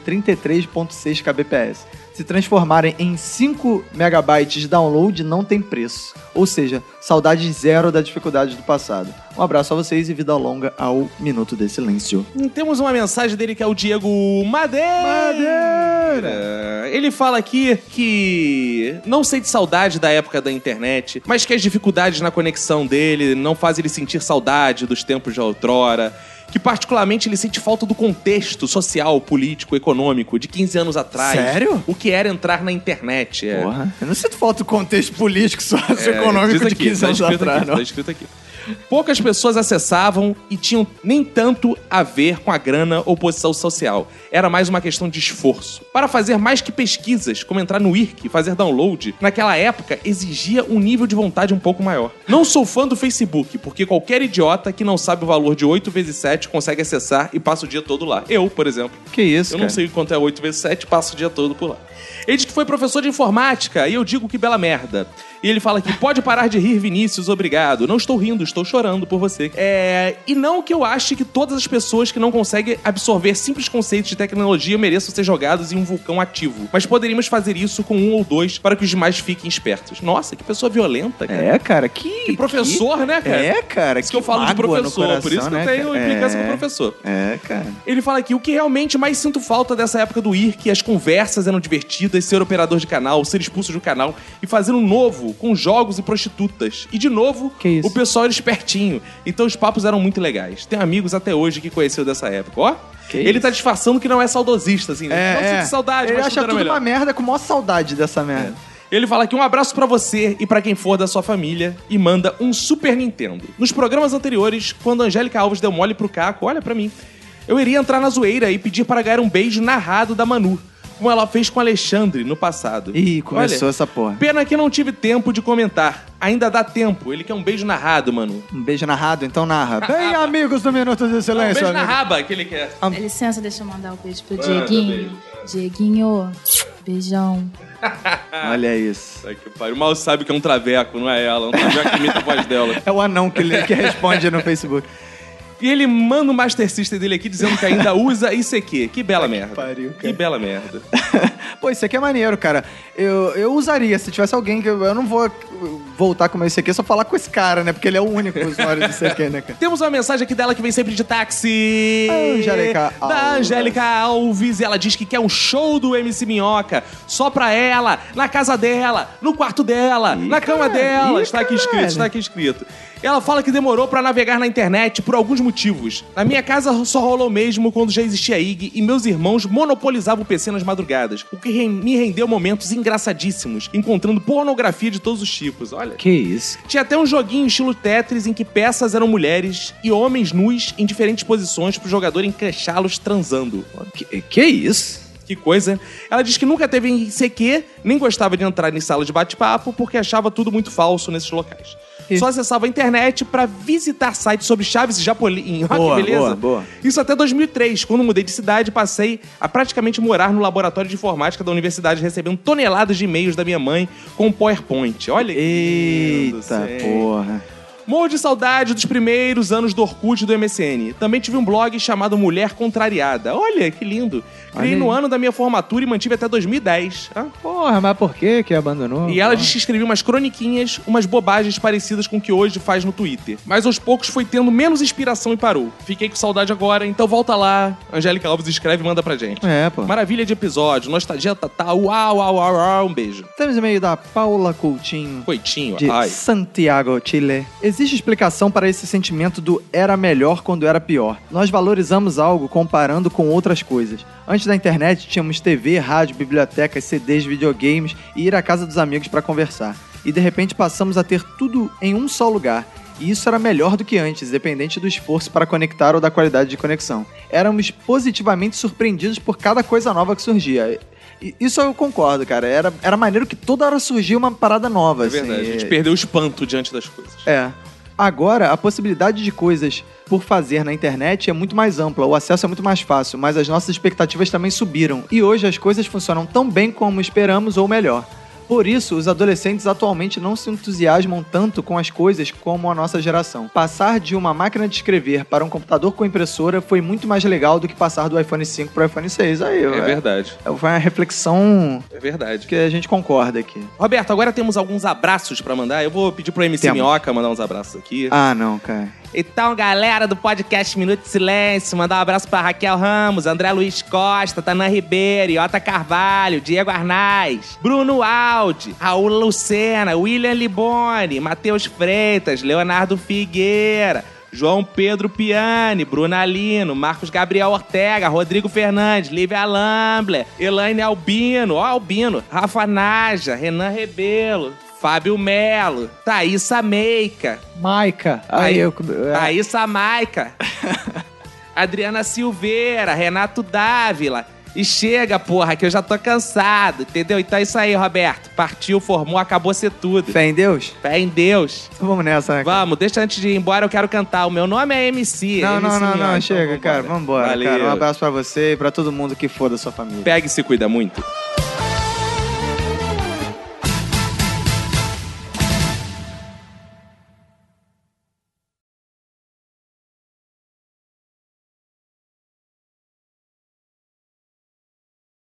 Speaker 2: 33.6 kbps. Se transformarem em 5 megabytes de download, não tem preço. Ou seja, saudade zero da dificuldade do passado. Um abraço a vocês e vida longa ao Minuto de Silêncio.
Speaker 1: Hum, Temos uma mensagem dele que é o Diego Madeira. Madeira! Ele fala aqui que não sente saudade da época da internet, mas que as dificuldades na conexão dele não fazem ele sentir saudade dos tempos de outrora. Que particularmente ele sente falta do contexto social, político, econômico de 15 anos atrás.
Speaker 2: Sério?
Speaker 1: O que era entrar na internet. É.
Speaker 2: Porra. Eu não sinto falta do contexto político,
Speaker 1: É, diz
Speaker 2: socioeconômico de
Speaker 1: aqui,
Speaker 2: 15
Speaker 1: tá
Speaker 2: anos
Speaker 1: escrito
Speaker 2: atrás,
Speaker 1: aqui,
Speaker 2: não.
Speaker 1: tá escrito aqui. Poucas pessoas acessavam e tinham nem tanto a ver com a grana ou posição social. Era mais uma questão de esforço. Para fazer mais que pesquisas, como entrar no IRC e fazer download, naquela época exigia um nível de vontade um pouco maior. Não sou fã do Facebook, porque qualquer idiota que não sabe o valor de 8 vezes 7 consegue acessar e passa o dia todo lá. Eu, por exemplo.
Speaker 2: Que isso,
Speaker 1: Eu
Speaker 2: cara.
Speaker 1: não sei quanto é 8 vezes 7, passo o dia todo por lá. Ele diz que foi professor de informática, e eu digo que bela merda. E ele fala aqui: pode parar de rir, Vinícius, obrigado. Não estou rindo, estou chorando por você. É, e não que eu ache que todas as pessoas que não conseguem absorver simples conceitos de tecnologia mereçam ser jogadas em um vulcão ativo. Mas poderíamos fazer isso com um ou dois para que os demais fiquem espertos. Nossa, que pessoa violenta, cara.
Speaker 2: É, cara, que.
Speaker 1: Que professor, né, cara?
Speaker 2: É, cara.
Speaker 1: Isso que eu falo de
Speaker 2: mágoa no
Speaker 1: professor, por isso que eu
Speaker 2: né,
Speaker 1: tenho
Speaker 2: cara?
Speaker 1: implicância
Speaker 2: É.
Speaker 1: com o professor.
Speaker 2: É, cara.
Speaker 1: Ele fala aqui, o que realmente mais sinto falta dessa época do IRC, é as conversas eram divertidas, ser operador de canal, ser expulso do canal e fazer um novo com jogos e prostitutas. E de novo,
Speaker 2: Que isso?
Speaker 1: o pessoal era espertinho, então os papos eram muito legais. Tem amigos até hoje que conheceu dessa época, ó.
Speaker 2: Que
Speaker 1: ele
Speaker 2: isso? É,
Speaker 1: tá disfarçando que não é saudosista, assim. né? não sinto saudade,
Speaker 2: Ele
Speaker 1: mas
Speaker 2: acha
Speaker 1: tudo era
Speaker 2: tudo
Speaker 1: melhor. É.
Speaker 2: uma merda com maior saudade dessa merda.
Speaker 1: Ele fala aqui um abraço pra você e pra quem for da sua família e manda um Super Nintendo. Nos programas anteriores, quando a Angélica Alves deu mole pro Caco, olha pra mim, eu iria entrar na zoeira e pedir para ganhar um beijo narrado da Manu, como ela fez com Alexandre no passado.
Speaker 2: Ih, começou assim.
Speaker 1: Olha,
Speaker 2: essa porra.
Speaker 1: Pena que não tive tempo de comentar. Ainda dá tempo. Ele quer um beijo narrado, Manu.
Speaker 2: Um beijo narrado, então narra. Bem, amigos do Minuto do
Speaker 1: Um
Speaker 2: Silêncio.
Speaker 1: beijo na
Speaker 2: amigo.
Speaker 1: raba que ele quer.
Speaker 11: Dá Licença, deixa eu mandar um beijo pro
Speaker 1: Manda
Speaker 11: Dieguinho. Dieguinho, beijão.
Speaker 2: Olha isso.
Speaker 1: Ai, que pariu. Mal sabe que é um traveco, não é ela. Um traveco que imita a voz dela.
Speaker 2: É o anão que, lê- que responde no Facebook.
Speaker 1: E ele manda o Master System dele aqui dizendo que ainda usa ICQ. Que bela merda.
Speaker 2: pariu, cara.
Speaker 1: que bela merda.
Speaker 2: Pô, isso aqui é maneiro, cara. Eu, eu usaria, se tivesse alguém que eu, eu não vou voltar com o meu ICQ, é só falar com esse cara, né? Porque ele é o único usuário do ICQ, né, cara?
Speaker 1: Temos uma mensagem aqui dela que vem sempre de táxi.
Speaker 2: Angélica
Speaker 1: Da
Speaker 2: Alves.
Speaker 1: Angélica Alves. E ela diz que quer um show do MC Minhoca só pra ela, na casa dela, no quarto dela, na cama dela.
Speaker 2: ih,
Speaker 1: está aqui escrito,
Speaker 2: caralho.
Speaker 1: está aqui escrito. Ela fala que demorou pra navegar na internet por alguns motivos. Na minha casa só rolou mesmo quando já existia IG e meus irmãos monopolizavam o PC nas madrugadas, o que re- me rendeu momentos engraçadíssimos, encontrando pornografia de todos os tipos. Olha.
Speaker 2: Que isso?
Speaker 1: Tinha até um joguinho estilo Tetris em que peças eram mulheres e homens nus em diferentes posições pro jogador encaixá-los transando.
Speaker 2: Que, que isso?
Speaker 1: Que coisa. Ela diz que nunca teve em CQ, nem gostava de entrar em sala de bate-papo porque achava tudo muito falso nesses locais.
Speaker 2: E-
Speaker 1: Só acessava a internet pra visitar sites sobre Chaves e Japolim. Olha
Speaker 2: Boa,
Speaker 1: que beleza.
Speaker 2: boa, boa.
Speaker 1: Isso até 2003, quando mudei de cidade, passei a praticamente morar no laboratório de informática da universidade, recebendo toneladas de e-mails da minha mãe com PowerPoint. Olha que lindo,
Speaker 2: Eita
Speaker 1: gente.
Speaker 2: porra.
Speaker 1: Morro de saudade dos primeiros anos do Orkut e do MSN. Também tive um blog chamado Mulher Contrariada. Olha, que lindo. Criei
Speaker 2: Olha
Speaker 1: no
Speaker 2: aí.
Speaker 1: ano da minha formatura e mantive até 2010. Ah.
Speaker 2: Porra, mas por que que abandonou?
Speaker 1: E ela diz que escrevia umas croniquinhas, umas bobagens parecidas com o que hoje faz no Twitter. Mas aos poucos foi tendo menos inspiração e parou. Fiquei com saudade agora, então volta lá. Angélica Alves escreve e manda pra gente.
Speaker 2: É, pô.
Speaker 1: Maravilha de episódio, nostalgia total. Uau, uau, uau, uau. Um beijo.
Speaker 2: Temos e-mail da Paula Coutinho.
Speaker 1: Coitinho,
Speaker 2: de
Speaker 1: ai.
Speaker 2: Santiago, Chile. Existe explicação para esse sentimento do era melhor quando era pior. Nós valorizamos algo comparando com outras coisas. Antes da internet, tínhamos TV, rádio, bibliotecas, CDs, videogames e ir à casa dos amigos para conversar. E de repente passamos a ter tudo em um só lugar. E isso era melhor do que antes, dependente do esforço para conectar ou da qualidade de conexão. Éramos positivamente surpreendidos por cada coisa nova que surgia. E- Isso eu concordo, cara. Era, era maneiro que toda hora surgia uma parada nova.
Speaker 1: É verdade,
Speaker 2: assim,
Speaker 1: a gente
Speaker 2: e-
Speaker 1: perdeu o espanto diante das coisas.
Speaker 2: é. Agora, a possibilidade de coisas por fazer na internet é muito mais ampla, o acesso é muito mais fácil, mas as nossas expectativas também subiram. E hoje as coisas funcionam tão bem como esperamos ou melhor. Por isso, os adolescentes atualmente não se entusiasmam tanto com as coisas como a nossa geração. Passar de uma máquina de escrever para um computador com impressora foi muito mais legal do que passar do iPhone 5 para o iPhone 6. Aí,
Speaker 1: É
Speaker 2: ué.
Speaker 1: verdade,
Speaker 2: Foi uma reflexão
Speaker 1: é verdade.
Speaker 2: que a gente concorda aqui.
Speaker 1: Roberto, agora temos alguns abraços pra mandar. Eu vou pedir pro MC
Speaker 2: Temos.
Speaker 1: Minhoca mandar uns abraços aqui.
Speaker 2: Ah, não, cara.
Speaker 1: Então, galera do podcast Minuto de Silêncio, mandar um abraço pra Raquel Ramos, André Luiz Costa, Tanã Ribeiro, Iota Carvalho, Diego Arnaz, Bruno Aldi, Raul Lucena, William Liboni, Matheus Freitas, Leonardo Figueira. João Pedro Piani, Bruna Lino, Marcos Gabriel Ortega, Rodrigo Fernandes, Lívia Lambler, Elaine Albino, ó Albino, Rafa Naja, Renan Rebelo, Fábio Melo, Thaísa Meica,
Speaker 2: Maica.
Speaker 1: Aí-
Speaker 2: Aí, eu...
Speaker 1: Thaísa Maica, É. Adriana Silveira, Renato Dávila. E chega, porra, que eu já tô cansado, entendeu? Então é isso aí, Roberto. Partiu, formou, acabou ser tudo.
Speaker 2: Fé em Deus?
Speaker 1: Fé em Deus.
Speaker 2: Então vamos nessa, né? cara?
Speaker 1: Vamos, deixa antes de ir embora, eu quero cantar. O meu nome é MC.
Speaker 2: Não,
Speaker 1: MC
Speaker 2: não, não,
Speaker 1: Minhoca.
Speaker 2: não,
Speaker 1: Então
Speaker 2: chega,
Speaker 1: vambora.
Speaker 2: cara. Um Vambora,
Speaker 1: Valeu.
Speaker 2: cara. Um abraço pra você e pra todo mundo que for da sua família.
Speaker 1: Pega e se cuida muito.